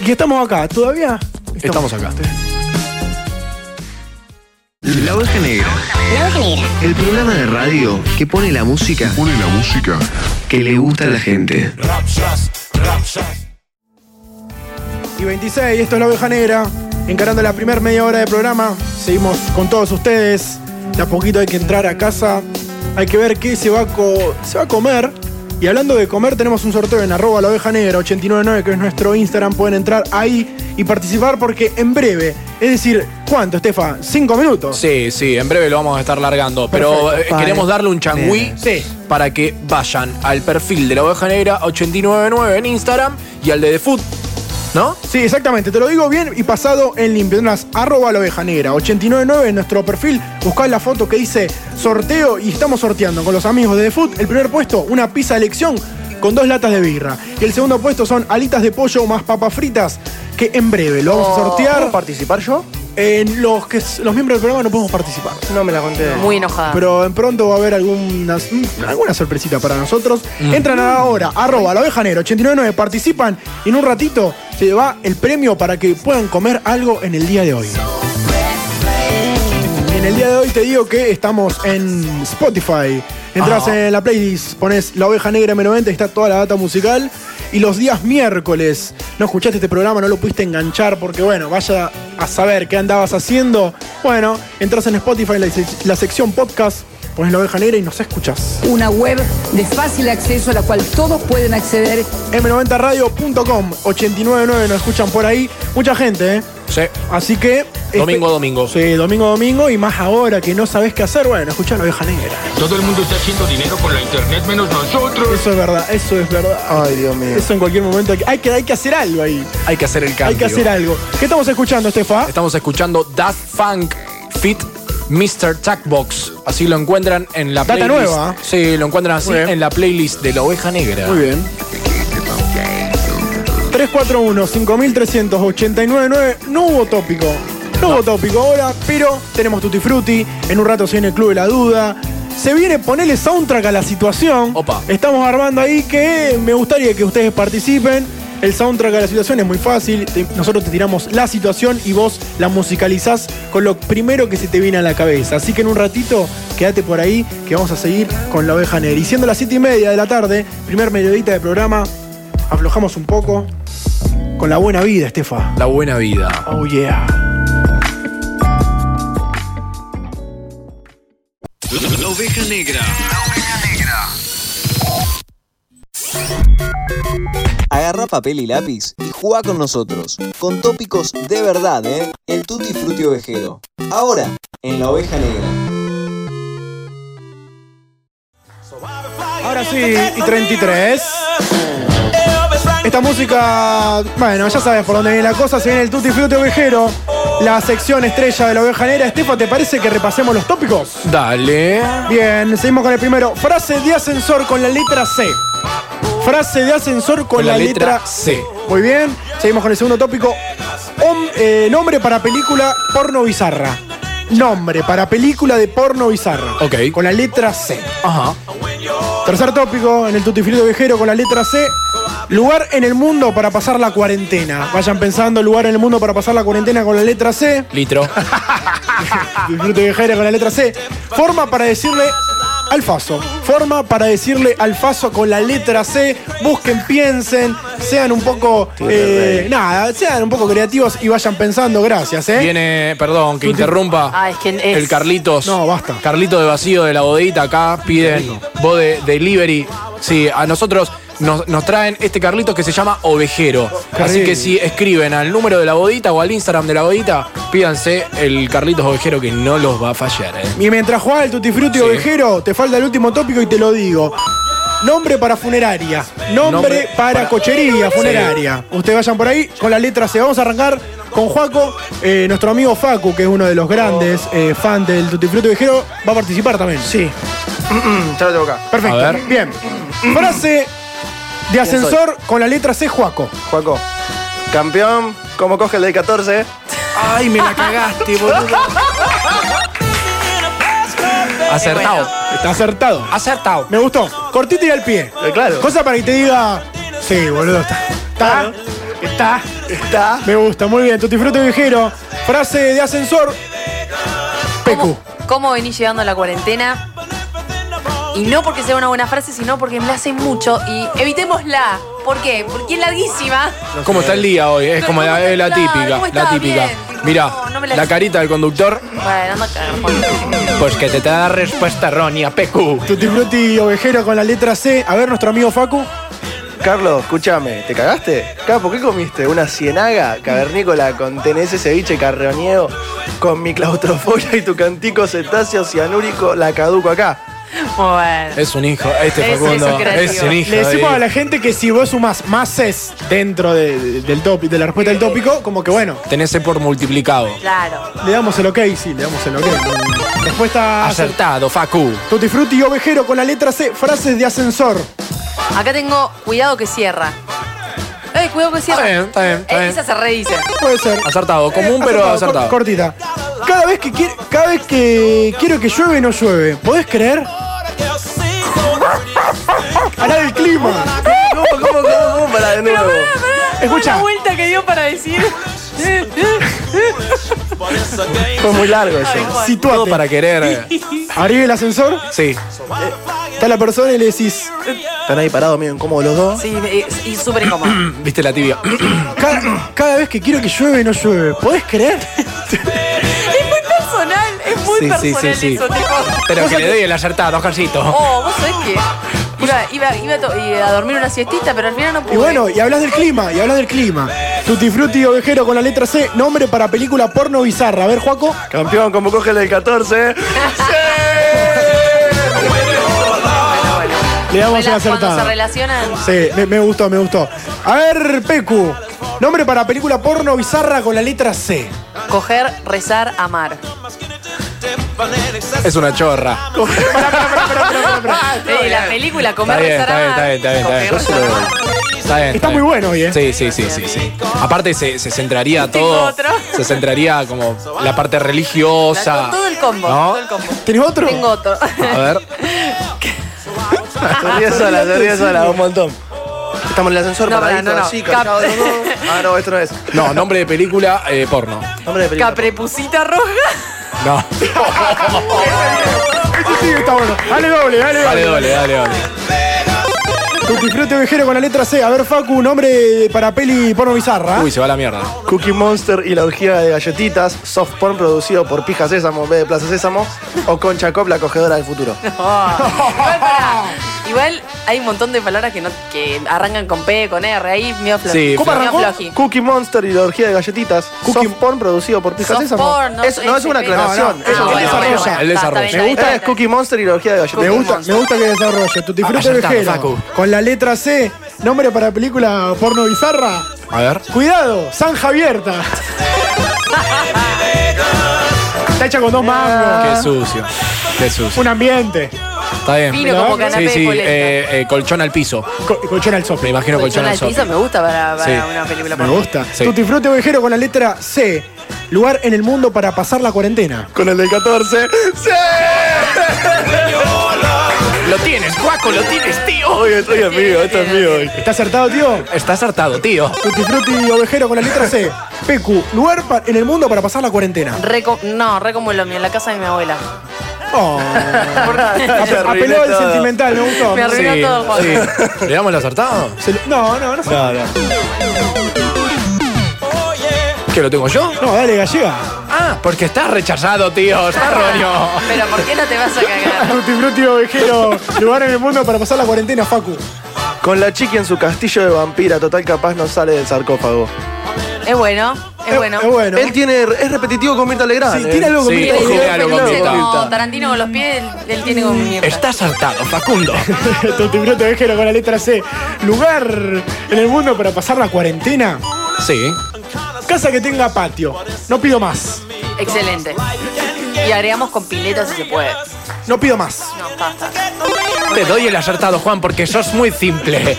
J: y que estamos acá, todavía
E: Estamos acá.
A: La Oveja Negra.
L: La Oveja Negra.
A: El programa de radio que pone la música. pone la música. Que le gusta a la gente.
J: y 26, esto es La Oveja Negra, encarando la primera media hora de programa, seguimos con todos ustedes, de a poquito hay que entrar a casa, hay que ver qué se va a, co- se va a comer, y hablando de comer tenemos un sorteo en arroba La Oveja Negra 899, que es nuestro Instagram, pueden entrar ahí y participar porque en breve, es decir, ¿cuánto, Estefa? ¿Cinco minutos?
E: Sí, sí, en breve lo vamos a estar largando. Pero
J: Perfecto.
E: eh, queremos darle un changüí
J: Bien.
E: para que vayan al perfil de la Oveja Negra 899 en Instagram y al de The Food. ¿No?
J: Sí, exactamente. Te lo digo bien y pasado en limpio. Unas arroba la oveja negra. 899 en nuestro perfil. Buscá la foto que dice sorteo y estamos sorteando con los amigos de The Food. El primer puesto, una pizza de elección con dos latas de birra. Y el segundo puesto son alitas de pollo más papas fritas que en breve lo Oh. vamos a sortear.
M: ¿Puedo participar yo?
J: En los, que, s- los miembros del programa no podemos participar.
M: No me la conté.
K: Muy enojada.
J: Pero en pronto va a haber algunas, mm, alguna sorpresita para nosotros. Entran ahora, arroba la oveja negra 899, participan y en un ratito se va el premio para que puedan comer algo en el día de hoy. En el día de hoy te digo que estamos en Spotify. Entras en la playlist, pones La Oveja Negra M90, está toda la data musical. Y los días miércoles, no escuchaste este programa, no lo pudiste enganchar porque, bueno, vaya a saber qué andabas haciendo. Bueno, entras en Spotify, la, sec- la sección podcast, pones La Oveja Negra y nos escuchás.
F: Una web de fácil acceso a la cual todos pueden acceder.
J: M90radio.com, 899 nos escuchan por ahí. Mucha gente, ¿eh?
E: Sí.
J: Así que. este,
E: Domingo a domingo.
J: Sí, domingo a domingo y más ahora que no sabes qué hacer, bueno, escuchá La Oveja Negra.
N: Todo el mundo está haciendo dinero con la internet menos nosotros.
J: Eso es verdad, eso es verdad.
M: Ay, Dios mío.
J: Eso en cualquier momento. hay que- Hay que, hay que hacer algo ahí.
E: Hay que hacer el cambio.
J: Hay que hacer algo. ¿Qué estamos escuchando, Estefa?
E: Estamos escuchando Daft Funk Fit Mr. Tuckbox. Así lo encuentran en la
J: Data
E: playlist.
J: nueva.
E: Sí, lo encuentran así
J: Muy bien.
E: en la playlist de la Oveja Negra.
J: Muy bien. 341-5389. No hubo tópico. No, hubo tópico ahora, pero tenemos Tutti Frutti. En un rato se viene el Club de la Duda. Se viene ponerle soundtrack a la situación.
E: Opa.
J: Estamos armando ahí que me gustaría que ustedes participen. El soundtrack a la situación es muy fácil. Te- nosotros te tiramos la situación y vos la musicalizás con lo primero que se te viene a la cabeza. Así que en un ratito, quédate por ahí que vamos a seguir con la oveja negra. Y siendo las 7 y media de la tarde, primer mediodita de programa, aflojamos un poco con la buena vida, Estefa.
E: La buena vida.
J: Oh yeah.
L: La oveja negra.
O: Agarra papel y lápiz y juega con nosotros, con tópicos de verdad, ¿eh? El tutti frutti ovejero. Ahora, en la oveja negra.
J: Ahora sí, y 33. Esta música, bueno, ya sabes por dónde viene la cosa, se viene el Tutti Frutti Ovejero, la sección estrella de la oveja negra. Estefa, ¿te parece que repasemos los tópicos?
E: Dale.
J: Bien, seguimos con el primero. Frase de ascensor con la letra C. Frase de ascensor con, la, letra, C. Muy bien, seguimos con el segundo tópico. Hom- eh, nombre para película porno bizarra. Nombre para película de porno bizarra.
E: Ok.
J: Con la letra C.
E: Ajá.
J: Tercer tópico en el Tutti Frutti Viajero con la letra C. Lugar en el mundo para pasar la cuarentena. Vayan pensando, lugar en el mundo para pasar la cuarentena con la letra C.
E: Litro.
J: Tutti Frutti Viajero con la letra C. Forma para decirle al faso. Forma para decirle al faso con la letra C. Busquen, piensen, sean un poco. eh, nada, sean un poco creativos y vayan pensando. Gracias, *laughs* ¿eh?
E: Viene, perdón, que
J: Tutti-
E: interrumpa.
K: Ah, es que es-
E: El Carlitos. No,
J: basta.
E: Carlitos de vacío de la bodeguita acá piden vos de delivery. Sí, a nosotros nos, nos traen este Carlitos que se llama Ovejero. Así que si escriben al número de la bodita o al Instagram de la bodita, pídanse el Carlitos Ovejero que no los va a fallar. ¿eh?
J: Y mientras jugás el Tutti Frutti ovejero, te falta el último tópico y te lo digo. Nombre para funeraria. Nombre,
E: Nombre
J: para,
E: para-
J: cochería
E: Sí.
J: funeraria. Ustedes vayan por ahí con la letra C. Vamos a arrancar con Juaco. Eh, nuestro amigo Facu, que es uno de los grandes eh, fans del Tutti Frutti ovejero, va a participar también. Sí.
M: ya lo tengo acá.
J: Perfecto.
M: A ver.
J: Bien. Frase de
M: ¿Quién soy?
J: ascensor con la letra C, Juaco.
M: Juaco. Campeón, ¿cómo coge el del 14?
E: Ay, me la cagaste, boludo. Acertado.
J: Está acertado.
E: Acertado.
J: Me gustó. Cortito y al pie.
M: claro.
J: Cosa para que te diga. Sí, boludo, está. Está. Está. Está. Me gusta, muy bien. Tutti frutti viajero. Frase de ascensor. Pecu.
K: ¿Cómo venís llegando a la cuarentena? Y no porque sea una buena frase, sino porque me la hacen mucho y evitémosla. ¿Por qué? Porque es larguísima.
E: ¿Cómo está el día hoy? Es
K: Pero
E: como
K: ¿cómo
E: la, es la
K: está?
E: típica,
K: ¿Cómo
E: la
K: está?
E: típica.
K: Bien, tipo,
E: Mirá,
K: no, no me la
E: la
K: hice.
E: carita del conductor,
K: Bueno, anda a cagar, Juan.
E: pues que te da respuesta errónea, PQ.
J: Tutti frutti ovejero con la letra C. A ver, nuestro amigo Facu.
M: Carlos, escúchame, ¿te cagaste? Capo, ¿qué comiste? ¿Una cienaga cavernícola con tenés ceviche carreoniego con mi claustrofobia y tu cantico cetáceo cianúrico la caduco acá?
K: Bueno.
E: Es un hijo, este
M: Es-
E: Facundo.
M: es un
E: Es, un hijo.
J: Le decimos
E: ahí.
J: a la gente que si vos sumás más es dentro de- de- del tópico, de la respuesta del tópico, como que bueno,
E: Tenés E por multiplicado.
K: Claro.
J: le damos el ok, sí, le damos el ok. Respuesta acertada.
E: Acertado, Facu.
J: Tutti frutti ovejero con la letra C. Frases de ascensor.
K: Acá tengo cuidado que cierra. ¡Ey, cuidado que cierra!
E: bien, está bien, está
K: Eh,
E: bien.
K: Esa se redice.
J: Puede ser.
E: Acertado, común pero
J: Eh, Acertado,
E: acertado.
J: cor- cortita. Cada vez que quiere- cada vez que quiero que llueve no llueve. ¿Podés creer? *laughs* Hará el clima.
M: ¿Cómo, cómo, cómo, cómo? Para de nuevo.
J: Escucha.
K: La vuelta que dio para
E: *laughs*
K: decir. *laughs*
M: Fue muy largo eso.
J: Situate.
E: Todo para querer. eh.
J: Arriba el ascensor, Eh,
E: Sí.
J: está la persona y le decís.
M: Están ahí parados, medio incómodos los dos.
K: Sí, y- y súper incómodo.
E: *laughs* Viste la tibia. *clears throat*
J: Cada, cada vez que quiero que llueve no llueve. ¿Podés creer?
K: Es muy personal, es muy
E: Sí, sí,
K: personal
E: sí, sí.
K: eso, tipo.
E: Pero que le doy el acertado, Jorgito.
K: Oh, vos sabés que iba, iba, iba a, to- y a dormir una siestita, pero al final no pude.
J: Y bueno, y hablas del clima, y hablas del clima. Tutti frutti ovejero con la letra C, nombre para película porno bizarra. A ver, Juaco.
M: Campeón, ¿cómo coge el
K: *laughs*
M: del 14?
J: Le damos el
K: Rela- cuando se
J: acertado.
K: relacionan.
J: Sí, me, me gustó, me gustó. A ver, Pecu. Nombre para película porno bizarra con la letra C.
K: Coger, rezar, amar.
E: Es una chorra.
K: *laughs* Sí, la película, comer,
E: Está bien,
K: rezar,
E: está bien,
K: amar.
E: está bien, está bien, está bien.
K: Ah, Coger, rezar, amar.
E: Está bien,
J: Está
E: bien.
J: muy bueno hoy, ¿eh?
E: Sí, sí, sí, sí, sí. Aparte se, se centraría
K: Tengo
E: todo.
K: otro.
E: Se centraría como la parte religiosa.
K: Todo el combo,
E: ¿No?
K: todo el combo.
J: ¿Tenés otro?
K: Tengo
E: *laughs*
K: otro.
E: A ver.
M: Se ríe sola, se ríe sola, un montón. Estamos en el ascensor
K: No,
M: paraditos
K: no, no,
M: así,
K: Cap-
M: callados
K: *laughs*
M: los dos. Ah, no, esto no es.
E: No, nombre de película eh, porno.
M: Nombre de película.
K: Caprepucita
E: *laughs*
K: roja.
E: No.
J: Este sí está bueno. Dale doble, dale
E: Dale,
J: doble.
E: dale, dale, dale.
J: Tutti frutti ovejero con la letra C. A ver, Facu, nombre para peli porno bizarra.
M: ¿Ah?
E: Uy, se va la mierda.
M: Cookie Monster y la orgía de galletitas, soft porn producido por Pija Sésamo en vez de Plaza Sésamo, o Concha Cop, la cogedora del futuro.
K: Igual, pará. Igual hay un montón de palabras que no que arrancan con P, con R, ahí medio flojo.
E: Sí,
K: ¿Cómo
E: flo-
K: arrancó?
M: Cookie Monster y la orgía de galletitas,
J: Cookie-
M: soft porn producido por Pija
K: Soft
M: Sésamo.
K: porn, no
M: Es-
K: sé,
M: no, es una
K: ese-
M: aclaración.
K: no,
M: es
K: no,
M: una
K: bueno,
E: El
M: aclaración.
K: bueno, bueno,
E: desarrolla, el
K: está, está
E: desarrollo.
K: bien,
M: Me gusta
K: está
M: es
K: bien.
M: Cookie Monster y la orgía de
J: Me
M: galletitas.
J: gusta, me gusta que desarrolle. Tutti frutti
E: Allá Ah, está,
J: ovejero
E: Facu.
J: con la letra C. Nombre para película porno bizarra.
E: A ver.
J: Cuidado, zanja abierta. Está hecha con dos
M: Ah.
E: Qué
J: mangos.
E: sucio. Qué sucio.
J: Un ambiente.
E: Está bien.
K: Fino como canapé
E: Sí,
K: de
E: sí.
K: polenta.
E: eh, eh, colchón al piso.
J: Co- colchón al
E: Me
J: sople.
E: imagino colchón,
K: Colchón al piso me gusta para, para
E: Sí.
K: una película
J: Me
K: porno.
J: gusta.
E: Sí.
J: Tutti frutti ovejero con la letra C. Lugar en el mundo para pasar la cuarentena.
M: Con el del 14. ¡Sí!
E: Lo tienes, Juaco, lo tienes, tío.
M: Oye, esto es mío, esto es mío. hoy.
J: ¿Está acertado, tío?
E: Está acertado, tío.
J: Tutti frutti ovejero con la letra C. Pecu, lugar pa- en el mundo para pasar la cuarentena.
K: Re co- no, re como lo mío, en la casa de mi abuela.
J: Oh.
M: Se arruinó
J: Apeló al
M: todo.
J: sentimental, me gustó.
K: Me arruinó todo, Juan.
E: sí. ¿Le damos el acertado?
J: Se lo- No, no, no.
M: No, no.
E: ¿Que lo tengo yo?
J: No, dale, gallega.
E: Ah, porque está rechazado, tío. Está
K: *laughs*
E: roño.
K: Pero ¿por qué no te vas a cagar?
J: Tutti frutti ovejero, lugar en el mundo para pasar la cuarentena, Facu.
M: Con la chiqui en su castillo de vampira, total capaz no sale del sarcófago.
K: Es bueno,
J: Eh,
K: es bueno.
M: Él tiene, es repetitivo con Mirta Legrand.
K: Sí,
M: ¿eh?
K: tiene algo con Sí,
M: *laughs*
K: Mirta ojo, Legrand,
E: algo con Mirta.
K: Como Tarantino con los pies, él tiene con mierda.
E: Estás hartado, Facundo.
J: Tutibrote Vejero con la letra C. Lugar en el mundo para pasar la cuarentena.
E: Sí.
J: Casa que tenga patio. No pido más.
K: Excelente. Y agregamos con piletas si se puede.
J: No pido más.
K: No, basta.
E: Te doy el acertado, Juan, porque sos muy simple.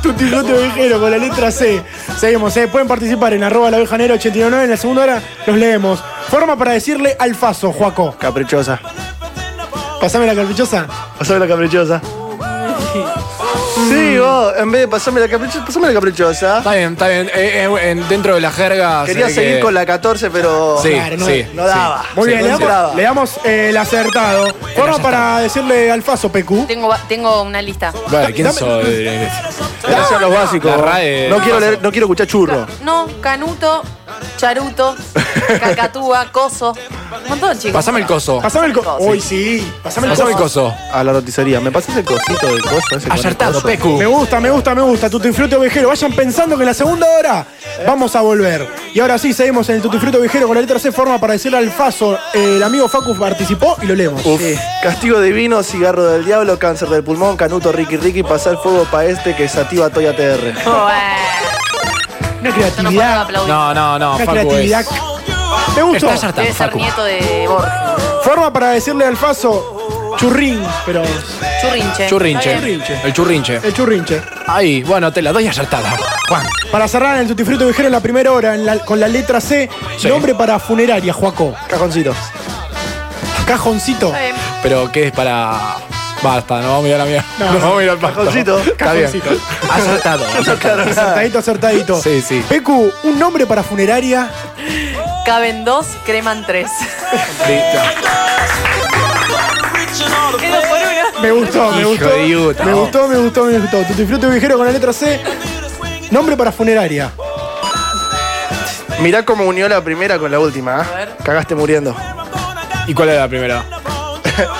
J: Tutibrote Vejero con la letra C. Seguimos, ¿eh? Pueden participar en arroba la oveja negra 89. En la segunda hora los leemos. Forma para decirle al faso, Juaco.
M: Caprichosa.
J: Pasame la caprichosa.
M: Pasame la caprichosa. Sí, vos, en vez de pasarme la caprichosa, pasame la caprichosa.
E: Está bien, está bien. Eh, eh, en- dentro de la jerga.
M: Quería
E: se ve
M: seguir
E: que-
M: con la 14, pero
E: Sí,
M: no,
E: sí,
M: no
E: sí.
M: daba.
J: Muy
E: Sí,
J: bien, le
E: no
J: damos,
E: daba.
J: le damos, eh, el acertado. Forma para decirle al faso, PQ.
K: Tengo, va- tengo una lista.
E: Vale, ¿quién soy?
M: Gracias a los básicos.
E: La RAE.
M: No quiero leer, no quiero escuchar churro.
K: No, canuto, charuto, cacatúa, coso. Un montón, chicos.
E: Pasame el coso.
J: Pasame el coso. Uy, sí. Pasame el
E: Pasame
J: coso.
E: el coso.
M: A la roticería. ¿Me pasas el cosito del coso ese? con el coso?
J: Me gusta, me gusta, me gusta. Tutifruto ovejero. Vayan pensando que en la segunda hora vamos a volver. Y ahora sí, seguimos en el Tutifruto ovejero con la letra C. Forma para decirle al faso. eh, el amigo Facu participó y lo leemos.
M: Sí. Castigo divino, cigarro del diablo, cáncer del pulmón, canuto, ricky, ricky, pasar fuego pa' este que sativa Toya TR.
J: Una creatividad.
E: No, no, no,
J: Una
E: Facu
J: creatividad.
E: es.
J: Me gustó. Eh,
E: Estás hartado,
K: Debe ser
E: Facu.
K: nieto de Borges.
J: Forma para decirle al faso. Churrín, pero.
K: Churrinche.
E: Churrinche.
K: Está bien.
E: El churrinche.
J: El churrinche.
E: Ahí, bueno, te la doy acertada. Juan.
J: Para cerrar en el Tutifruto ovejero en la primera hora en la- con la letra C. Nombre para funeraria, Juaco.
M: Cajoncito.
J: Cajoncito.
E: Pero ¿qué es para.? Basta, no vamos a ir a la mierda.
J: No.
E: No, vamos a ir al pasto.
J: Cajoncito,
E: Está bien.
J: cajoncito.
E: Acertado. acertado.
J: Acertadito, acertadito.
E: Sí, sí.
J: Pecu, un nombre para funeraria.
K: Caben dos, creman tres. Eso por uno.
J: Me gustó, me
E: Hijo
J: gustó.
E: de Utah.
J: me gustó, me gustó, me gustó. Tutifruto viajero con la letra C. Nombre para funeraria.
M: Mirá cómo unió la primera con la última. ¿ah? Cagaste muriendo.
E: ¿Y cuál era la primera?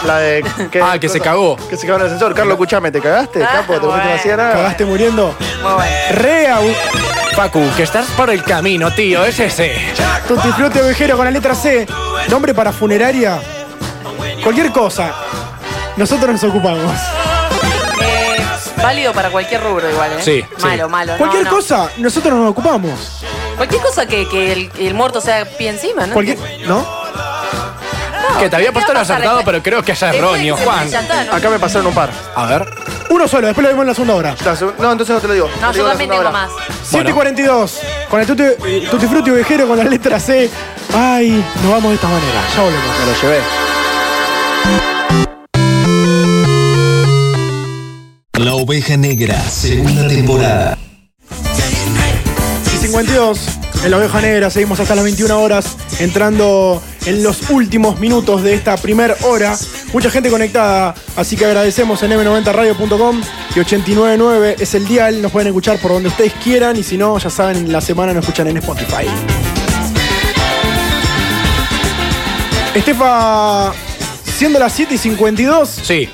M: La de.
E: Ah, que se cagó.
M: Que se cagó en el ascensor. Carlos, escuchame, ¿te cagaste?
K: Ah,
M: capo, te pusiste una sierra.
J: Cagaste muriendo. Rea.
E: Facu, que estás por el camino, tío. Es ese.
J: Tutifruto viajero con la letra C. Nombre para funeraria. Cualquier cosa. Nosotros nos ocupamos.
K: Eh, válido para cualquier rubro igual, ¿eh?
J: Sí, sí.
K: Malo, malo. no,
J: Cualquier
K: no.
J: cosa, nosotros nos ocupamos.
K: Cualquier cosa que, que el, el muerto sea pie encima, ¿no?
J: Cualquier. ¿No?
E: que te
K: ¿qué va
E: había
K: a
E: puesto el
K: pasar
E: acertado,
K: después?
E: pero creo que es
K: Después
E: erróneo,
K: se
E: Juan.
K: presenta, ¿no?
M: Acá me pasaron un par.
E: A ver.
J: Uno solo, después lo vemos en la segunda hora.
M: La seg- No, entonces no te lo digo. Te
K: No,
M: digo
K: yo
M: la
K: también tengo
M: segunda hora.
K: más.
J: 742, con el tuti, tutti frutti ovejero con la letra C. Ay, nos vamos de esta manera. Ya volvemos.
M: Me lo llevé.
P: La oveja negra, segunda temporada.
J: Y 52, en la oveja negra, seguimos hasta las 21 horas, entrando en los últimos minutos de esta primer hora. Mucha gente conectada, así que agradecemos en m90radio.com y 899 es el dial, nos pueden escuchar por donde ustedes quieran y si no, ya saben, en la semana nos escuchan en Spotify. Estefa, siendo las 7 y 52.
E: Sí.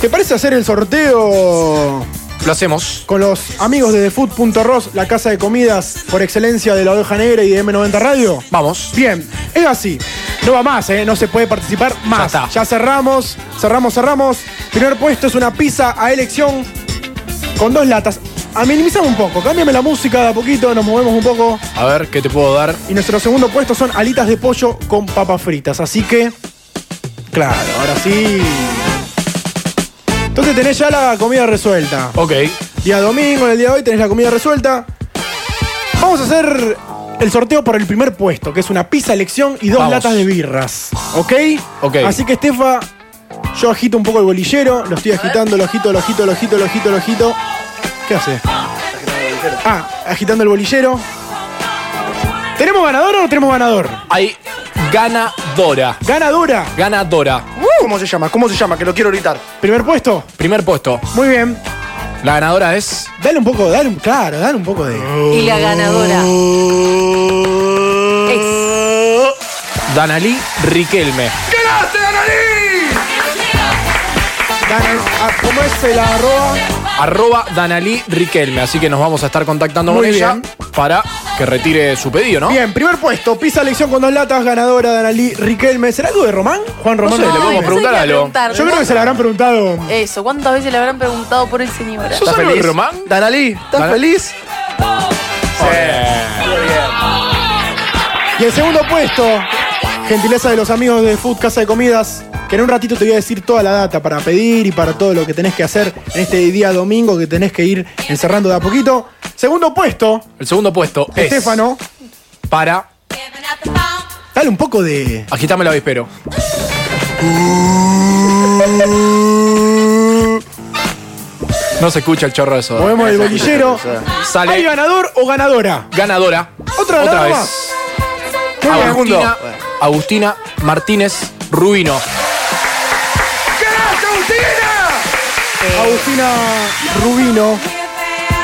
J: ¿Te parece hacer el sorteo?
E: Lo hacemos.
J: Con los amigos de TheFood.ros, la casa de comidas por excelencia de la Oveja Negra y de M90 Radio.
E: Vamos.
J: Bien, es así. No va más, ¿eh? No se puede participar más. Ya, cerramos, cerramos, cerramos. Primer puesto es una pizza a elección con dos latas. A minimizamos un poco, cámbiame la música de a poquito, nos movemos un poco.
E: A ver, ¿qué te puedo dar?
J: Y nuestro segundo puesto son alitas de pollo con papas fritas. Así que. Claro, ahora sí. Entonces tenés ya la comida resuelta.
E: Ok.
J: Día domingo, en el día de hoy, tenés la comida resuelta. Vamos a hacer el sorteo por el primer puesto, que es una pizza elección y dos
E: Vamos.
J: latas de birras. ¿Ok?
E: Ok.
J: Así que, Estefa, yo agito un poco el bolillero. Lo estoy agitando, lo agito, lo agito, lo agito, lo agito, lo agito. ¿Qué hace? Ah, agitando el bolillero. ¿Tenemos ganador o no tenemos ganador?
E: Hay ganadora.
J: ¿Ganadora?
E: Ganadora.
J: ¿Cómo se llama? ¿Cómo se llama? Que lo quiero gritar. ¿Primer puesto?
E: Primer puesto.
J: Muy bien.
E: La ganadora es.
J: Dale un poco, dale un. Claro, dale un poco de.
K: Y la ganadora es.
E: Danalí Riquelme.
J: Ganan- ah, ¿Cómo es el arroba?
E: Arroba Danalí Riquelme. Así que nos vamos a estar contactando
J: Muy
E: con ella
J: bien.
E: para que retire su pedido, ¿no?
J: Bien, primer puesto, pisa elección con dos latas, ganadora de Analí Riquelme. ¿Será algo de Román? Juan Román.
E: sé, le podemos Ay, pensé preguntar que iba a algo. preguntar,
J: Yo creo que
E: Román.
J: se le habrán preguntado.
K: Eso, ¿cuántas veces le habrán preguntado por el señor?
J: ¿Sos algo de Román?
M: Danalí, ¿estás feliz?
J: Y el segundo puesto, gentileza de los amigos de Food Casa de Comidas, que en un ratito te voy a decir toda la data para pedir y para todo lo que tenés que hacer en este día domingo que tenés que ir encerrando de a poquito. Segundo puesto,
E: El segundo puesto es
J: Estefano.
E: para.
J: Dale un poco de.
E: Agitame el avispero. No se escucha el chorro de soda.
J: Movemos el bolillero.
E: Sale.
J: ¿Hay ganador o ganadora?
E: Ganadora.
J: Otra
E: Otra
J: ganadora
E: vez.
J: más. Muy bien.
E: Agustina, Agustina Martínez Rubino.
J: Agustina Rubino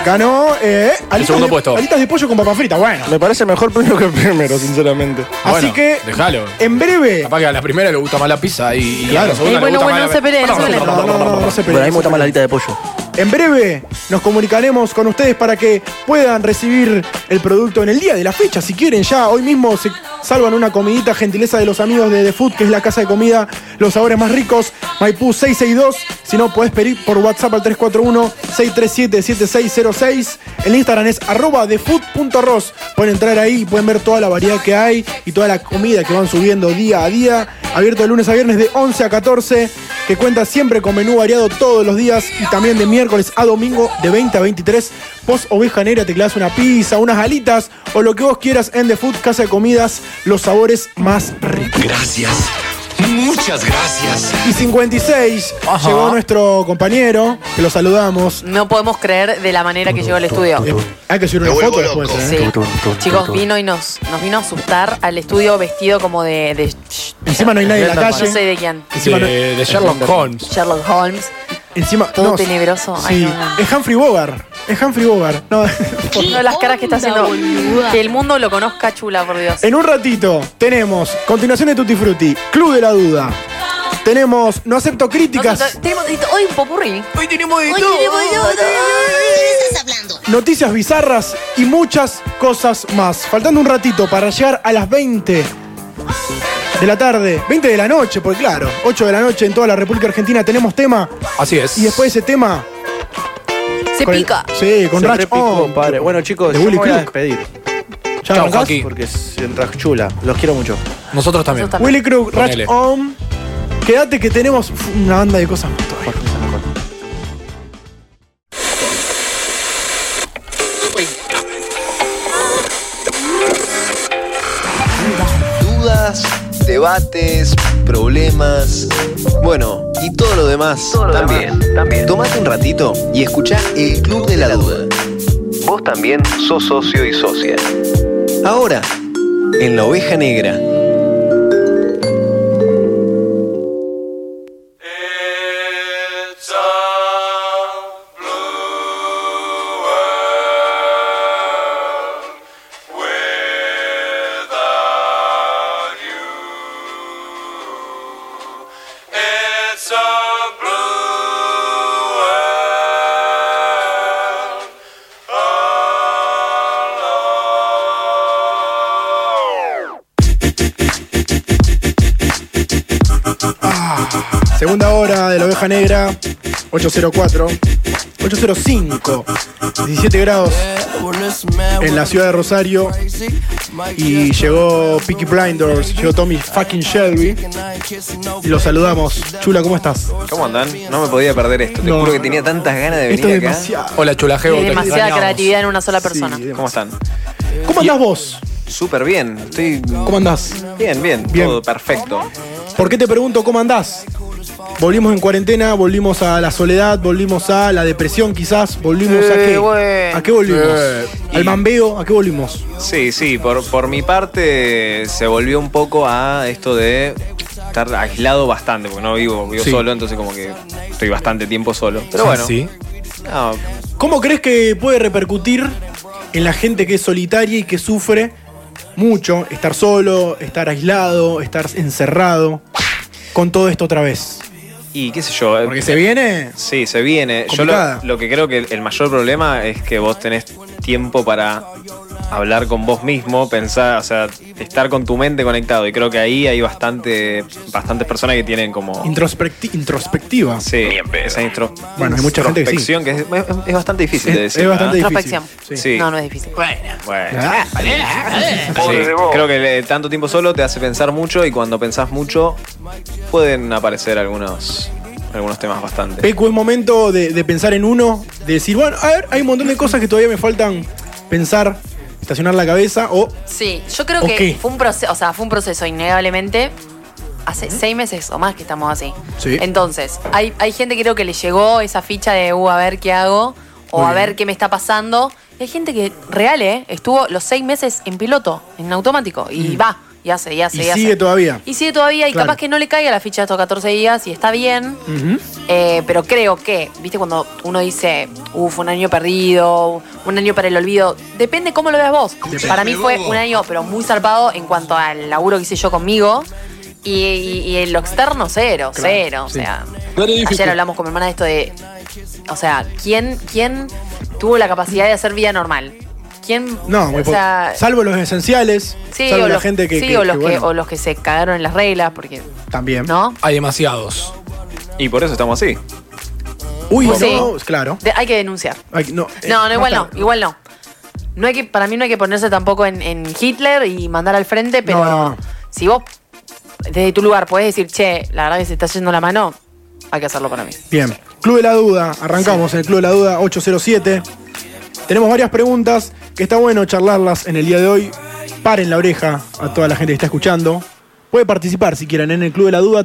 J: ganó eh,
E: El segundo puesto.
J: alitas de pollo con papa frita. Bueno.
M: Me parece mejor primero que primero, sinceramente.
J: Así que,
E: Déjalo.
J: en breve.
E: Capaz que a la primera le gusta más la pizza y, y a la segunda
K: Eh, bueno,
E: le
K: bueno,
E: gusta más
K: no
E: la-
K: se peleen, no se peleen.
E: No, no, no, no, no se peleen.
M: Bueno, a mí me gusta más la alita de pollo.
J: En breve nos comunicaremos con ustedes para que puedan recibir el producto en el día de la fecha. Si quieren, ya hoy mismo se salvan una comidita, gentileza de los amigos de The Food, que es la casa de comida, los sabores más ricos, Maipú 662. Si no, podés pedir por WhatsApp al 341-637-7606. El Instagram es arroba thefood.ros. Pueden entrar ahí y pueden ver toda la variedad que hay y toda la comida que van subiendo día a día. Abierto de lunes a viernes de 11 a 14, que cuenta siempre con menú variado todos los días y también de miércoles a domingo de 20 a 23. Post oveja negra, te clavas una pizza, unas alitas o lo que vos quieras en The Food, casa de comidas, los sabores más ricos.
P: Gracias. Muchas gracias.
J: Y 56
P: Ajá.
J: llegó nuestro compañero, que lo saludamos.
K: No podemos creer de la manera que llegó al estudio.
J: Hay que subir una foto después. ¿eh?
K: Sí. Chicos, vino y nos, nos vino a asustar al estudio vestido como de. de
J: Encima no hay nadie en la calle.
K: No sé de quién.
J: Encima no-
E: De, de Sherlock Holmes.
K: Sherlock Holmes.
J: Encima,
K: Todo
J: no,
K: tenebroso. Ay,
J: sí.
K: no, no.
J: Es Humphrey Bogart. Es Humphrey Bogart. No. *laughs*
K: Una de las caras que está haciendo. Que el mundo lo conozca chula, por Dios.
J: En un ratito tenemos continuación de Tutti Frutti, Club de la Duda. Tenemos No acepto críticas,
K: No, tenemos de todo. Hoy un popurrí.
E: Hoy tenemos de
K: todo.
J: noticias bizarras y muchas cosas más. Faltando un ratito para llegar a las 20 de la tarde, 20 de la noche, porque claro, 8 de la noche en toda la República Argentina tenemos tema
E: Así es.
J: y después de ese tema
K: Se
J: con el-
K: pica.
J: sí, con
M: Se
J: Ratch
M: repicó,
J: On.
M: padre. Bueno, chicos,
J: De
M: yo
J: Willy
M: me voy a
J: Crook.
M: despedir.
J: ¿Ya
E: Chao,
J: arrancás?
E: Joaquí.
M: Porque se entrachula. Los quiero mucho.
E: Nosotros también.
K: Nosotros
J: Willy Crook, Ratch
E: Ponele.
J: On. Quédate que tenemos uf, una banda de cosas. más todavía.
A: Dudas, debates, problemas, bueno, y todo lo demás también. Tomate un ratito y escuchá El Club de la Duda. Vos también sos socio y socia. Ahora, en La Oveja Negra.
L: It's a blue world alone.
J: Segunda hora de la oveja negra, 804, 805, 17 grados en la ciudad de Rosario. Y llegó Peaky Blinders, llegó Tommy fucking Shelby. Y los saludamos. Chula, ¿cómo estás?
O: ¿Cómo andan? No me podía perder esto. Te
J: No.
O: juro que tenía tantas ganas de venir
J: Esto es
O: acá.
J: demasiado.
E: Hola, Chulajeo.
K: Hay
E: te
K: demasiada
E: extrañamos.
K: creatividad en una sola persona.
O: ¿Cómo están?
J: ¿Cómo andás vos?
O: Súper bien. Estoy
J: ¿Cómo andás?
O: bien, bien,
J: Bien.
O: Todo perfecto.
J: ¿Por qué te pregunto cómo andás? Volvimos en cuarentena, volvimos a la soledad, volvimos a la depresión quizás, volvimos a qué? ¿A qué volvimos? ¿Al mambeo? ¿A qué volvimos?
O: Sí, sí, por, por mi parte se volvió un poco a esto de estar aislado bastante, porque no vivo, vivo
E: Sí.
O: solo, entonces como que estoy bastante tiempo solo. Pero
E: Ah,
O: bueno,
E: sí.
O: no,
J: ¿Cómo crees que puede repercutir en la gente que es solitaria y que sufre mucho estar solo, estar aislado, estar encerrado con todo esto otra vez?
B: Y qué sé yo.
J: Porque se viene.
B: Sí, se viene.
J: Complicada.
B: Yo lo, lo que creo que el mayor problema es que vos tenés tiempo para hablar con vos mismo, pensar, o sea, estar con tu mente conectado. Y creo que ahí hay bastante, bastantes personas que tienen como
J: Introspecti- introspectiva.
B: Sí, esa intro.
J: Bueno, hay mucha gente que sí.
B: introspección que es, es- es bastante difícil
J: Es-
B: de decir.
J: es bastante
B: ¿no?
J: difícil, Ah.
B: Sí.
K: No, no es difícil. Bueno.
B: Bueno. Sí, creo que eh, tanto tiempo solo te hace pensar mucho y cuando pensás mucho pueden aparecer algunos, algunos temas bastante.
J: Pecu, es momento de, de pensar en uno, de decir, bueno, a ver, hay un montón de cosas que todavía me faltan pensar, estacionar la cabeza o.
K: Sí, yo creo
J: ¿O
K: que
J: qué?
K: fue un proceso, o sea, fue un proceso innegablemente. Hace seis meses o más que estamos así.
J: Sí.
K: Entonces, hay, hay gente que creo que le llegó esa ficha de, uh, a ver qué hago, o
J: Muy
K: a
J: bien.
K: ver qué me está pasando. Y hay gente que, real, ¿eh? estuvo los seis meses en piloto, en automático, y
J: Mm.
K: va, y hace, y hace,
J: Y
K: y, hace.
J: sigue todavía.
K: Y sigue todavía, y
J: Claro.
K: capaz que no le caiga la ficha de estos 14 días, y está bien,
J: Ujú.
K: eh, pero creo que, viste, cuando uno dice, uff, un año perdido, un año para el olvido, depende cómo lo veas vos.
J: Depende.
K: Para mí fue un año, pero muy zarpado en cuanto al laburo que hice yo conmigo. Y, y- y en lo externo, cero, cero.
J: sí.
K: O sea,
J: Very difficult.
K: ayer hablamos con mi hermana de esto de. O sea, ¿quién, quién tuvo la capacidad de hacer vida normal? ¿Quién.
J: No, muy
K: o sea,
J: poco. Salvo los esenciales,
K: sí,
J: salvo
K: o
J: la
K: los-
J: gente que.
K: sí,
J: que-
K: o
J: que,
K: los que,
J: bueno,
K: o los que se cagaron en las reglas, porque.
J: También.
K: ¿No?
E: Hay demasiados.
B: Y por eso estamos así.
J: Uy,
K: Pues
J: no, claro.
K: de- hay que denunciar.
J: Ay, no, eh,
K: No, no, igual
J: más
K: no,
J: tarde.
K: igual no. No hay que, para mí no hay que ponerse tampoco en, en Hitler y mandar al frente, pero
J: No, no.
K: si vos desde tu lugar podés decir, che, la verdad que se está yendo la mano, hay que hacerlo para mí.
J: Bien. Club de la Duda, arrancamos en el Club de la Duda 807. Tenemos varias preguntas que está bueno charlarlas en el día de hoy. Paren la oreja a toda la gente que está escuchando. Puede participar si quieren en el Club de la Duda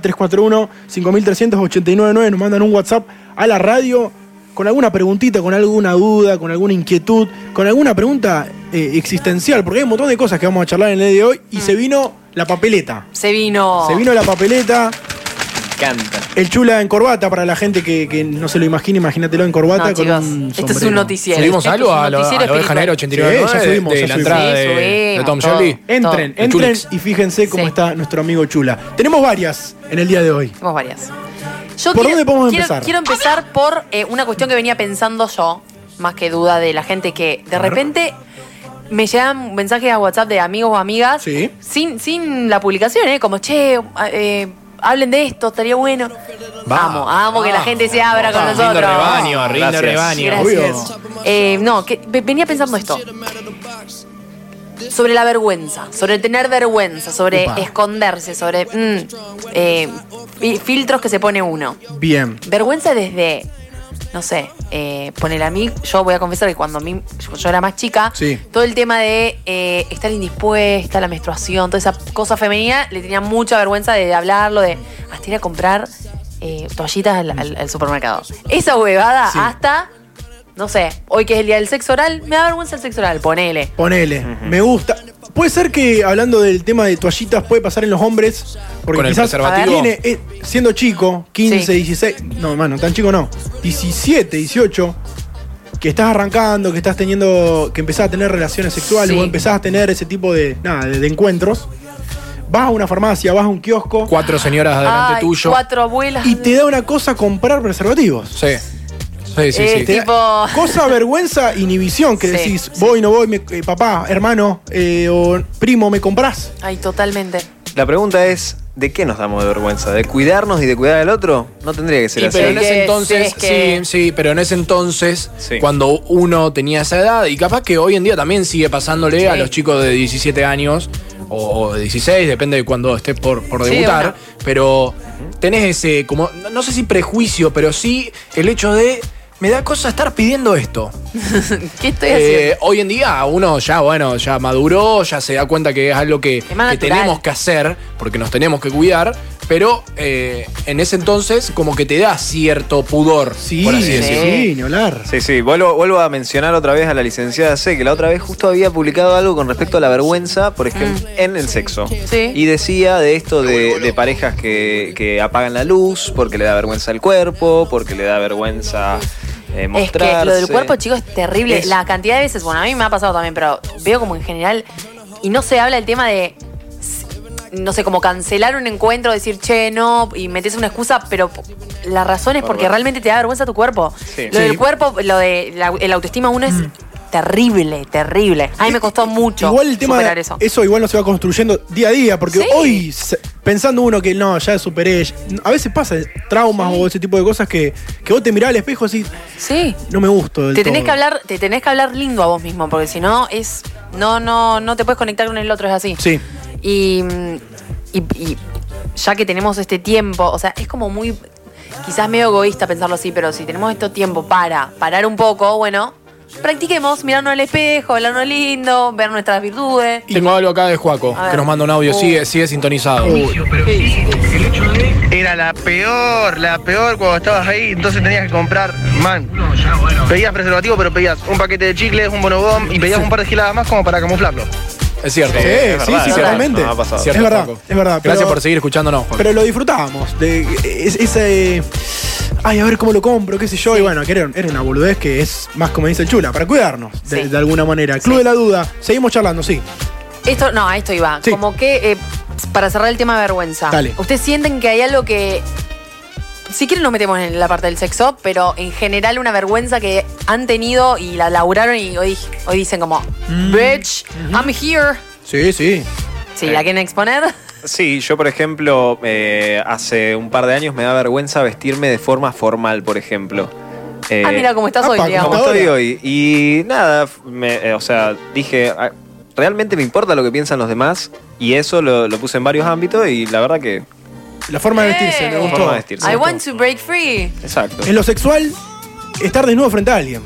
J: 341-53899. Nos mandan un WhatsApp a la radio con alguna preguntita, con alguna duda, con alguna inquietud, con alguna pregunta eh, existencial, porque hay un montón de cosas que vamos a charlar en el día de hoy y se vino la papeleta.
K: Se vino.
J: Se vino la papeleta.
B: Canta.
J: El chula en corbata, para la gente que, que no se lo imagina, imagínatelo en corbata
K: No,
J: con
K: chicos,
J: un
K: esto Este es un
J: sombrero.
K: noticiero. ¿Subimos Esto algo es un a la- noticiero a la Oveja espiritual. Negra 89.9
J: Sí, ya subimos,
E: de
J: ya
E: la
J: subimos.
E: entrada Sí, de- subimos, de Tom todo, Shelby?
J: Entren,
E: todo.
J: entren
E: Chulix.
J: y fíjense cómo está nuestro amigo chula. Tenemos varias en el día de hoy.
K: Tenemos varias. Yo
J: ¿Por
K: quiero,
J: dónde podemos
K: quiero-
J: empezar?
K: Quiero empezar por eh, una cuestión que venía pensando yo, más que duda de la gente que de repente me llegan mensajes a WhatsApp de amigos o amigas sin, sin la publicación, ¿eh? como, che, a- eh, hablen de esto, estaría bueno. Vamos, amo que la gente se abra con
E: Vamos,
K: nosotros.
E: Ah, lindo rebaño, lindo
K: Gracias.
E: rebaño.
K: Gracias. Eh, no, que, ve- venía pensando esto. Sobre la vergüenza, sobre tener vergüenza, sobre
J: Upa.
K: esconderse, sobre mm, eh, fi- filtros que se pone uno.
J: Bien.
K: Vergüenza desde, no sé, eh, ponele a mí, yo voy a confesar que cuando a mí- yo- yo era más chica,
J: Sí.
K: todo el tema de eh, estar indispuesta, la menstruación, toda esa cosa femenina, le tenía mucha vergüenza de hablarlo, de hasta ir a comprar eh, toallitas al, al- al supermercado. Esa huevada
J: Sí.
K: hasta, no sé, hoy que es el día del sexo oral, me da vergüenza el sexo oral, ponele.
J: Ponele, me gusta. Puede ser que hablando del tema de toallitas puede pasar en los hombres, porque
E: Con el
J: quizás
E: preservativo.
J: tiene, eh, siendo chico, 15,
E: Sí.
J: 16, no, mano, tan chico no, 17, 18, que estás arrancando, que estás teniendo, que empezás a tener relaciones sexuales
E: Sí.
J: o empezás a tener ese tipo de, nada, de, de encuentros, vas a una farmacia, vas a un kiosco
E: Cuatro señoras delante
K: Ay,
E: tuyo.
K: cuatro abuelas.
J: y te da una cosa comprar preservativos.
E: Sí. Sí, sí,
J: Eh,
E: sí.
J: te da- Cosa, vergüenza, inhibición, que
K: Sí,
J: decís, voy, no voy, me- eh, papá, hermano, eh, o primo, ¿me comprás?
K: Ay, totalmente.
B: La pregunta es, ¿de qué nos damos de vergüenza? ¿De cuidarnos y de cuidar al otro? No tendría que ser
E: Y
B: así.
E: pero en ese entonces,
K: es que-
E: sí, sí, pero en ese entonces, cuando uno tenía esa edad, y capaz que hoy en día también sigue pasándole a
K: Sí.
E: los chicos de 17 años o, o de 16, depende de cuando estés por, por
K: Sí,
E: debutar,
K: bueno.
E: pero tenés ese, como, no- no sé si prejuicio, pero sí el hecho de, me da cosa estar pidiendo esto.
K: ¿Qué estoy
E: Eh,
K: haciendo?
E: hoy en día uno ya, bueno, ya maduró, ya se da cuenta que es algo que,
K: más
E: que
K: natural.
E: tenemos que hacer, porque nos tenemos que cuidar, pero eh, en ese entonces como que te da cierto pudor, por así decirlo.
J: ni hablar.
B: Sí, sí, vuelvo, vuelvo a mencionar otra vez a la licenciada C, que la otra vez justo había publicado algo con respecto a la vergüenza, por ejemplo, en el sexo.
K: Sí.
B: Y decía de esto de, de parejas que, que apagan la luz porque le da vergüenza al cuerpo, porque le da vergüenza eh,
K: Es que
B: mostrarse.
K: lo del cuerpo, chicos, es terrible.
B: Es-
K: La cantidad de veces, bueno, a mí me ha pasado también, pero veo como en general, y no se habla el tema de s- no sé, como cancelar un encuentro, decir, che, no, y metes una excusa, pero p- la razón es porque
Q: Bárbaro.
K: realmente te da vergüenza tu cuerpo.
Q: Sí.
K: Lo del
Q: Sí.
K: cuerpo, lo de la, el autoestima uno es terrible, terrible. A mí me costó mucho
J: Mm. Igual el tema
K: superar
J: de
K: eso.
J: eso igual no se va construyendo día a día, porque hoy se- pensando uno que no, ya superé, ya- a veces pasa traumas o ese tipo de cosas que, que vos te mirás al espejo y decís,
K: sí.
J: no me gusto. del
K: Te tenés
J: todo".
K: que hablar, te tenés que hablar lindo a vos mismo, porque si no es no no no te puedes conectar con el otro, es así.
J: Sí.
K: Y, y- y ya que tenemos este tiempo, o sea, es como muy quizás medio egoísta pensarlo así, pero si tenemos este tiempo para parar un poco, bueno, practiquemos mirarnos al espejo, hablarnos lindo, ver nuestras virtudes.
E: Tengo algo acá de Juaco,
K: A ver. Uh.
E: que nos manda un audio, sigue, sigue sintonizado.
A: Era la peor, la peor cuando estabas ahí, entonces tenías que comprar, man. Pedías preservativo, pero pedías un paquete de chicles, un bonobón y pedías un par de giladas más como para camuflarlo.
E: Es cierto.
J: Sí, Sí, es sí, verdad, sí, es verdad. totalmente.
E: No, ha pasado.
J: Es
E: Cierto,
J: verdad,
E: Juaco.
J: es verdad, pero-
E: Gracias por seguir escuchándonos, Juaco.
J: Pero lo disfrutábamos. De, es- ese. Ay, a ver cómo lo compro, qué sé yo. Y bueno, que era, era una boludez que es más como dice el chula, para cuidarnos, de, de alguna manera. Club de la duda, seguimos charlando, sí.
K: Esto, no, a esto iba. Como que, eh, para cerrar el tema de vergüenza.
J: Dale.
K: ¿Ustedes sienten que hay algo que. Si quieren, nos metemos en la parte del sexo, pero en general, una vergüenza que han tenido y la laburaron y hoy, hoy dicen como,
J: Mm.
K: bitch, I'm here.
J: Sí, sí.
K: Si la quieren exponer.
M: Sí, yo por ejemplo, eh, hace un par de años me da vergüenza vestirme de forma formal, por ejemplo. Eh,
K: ah, mira cómo estás hoy, Leo.
M: Como estoy hoy. Y nada, f- me- eh, o sea, dije, "Ah, realmente me importa lo que piensan los demás. Y eso lo, lo puse en varios ámbitos y la verdad que.
J: La forma de vestirse, me
M: La
J: gustó.
M: forma de vestirse.
K: Eh. I want to break free.
M: Exacto.
J: En lo sexual, estar desnudo frente a alguien.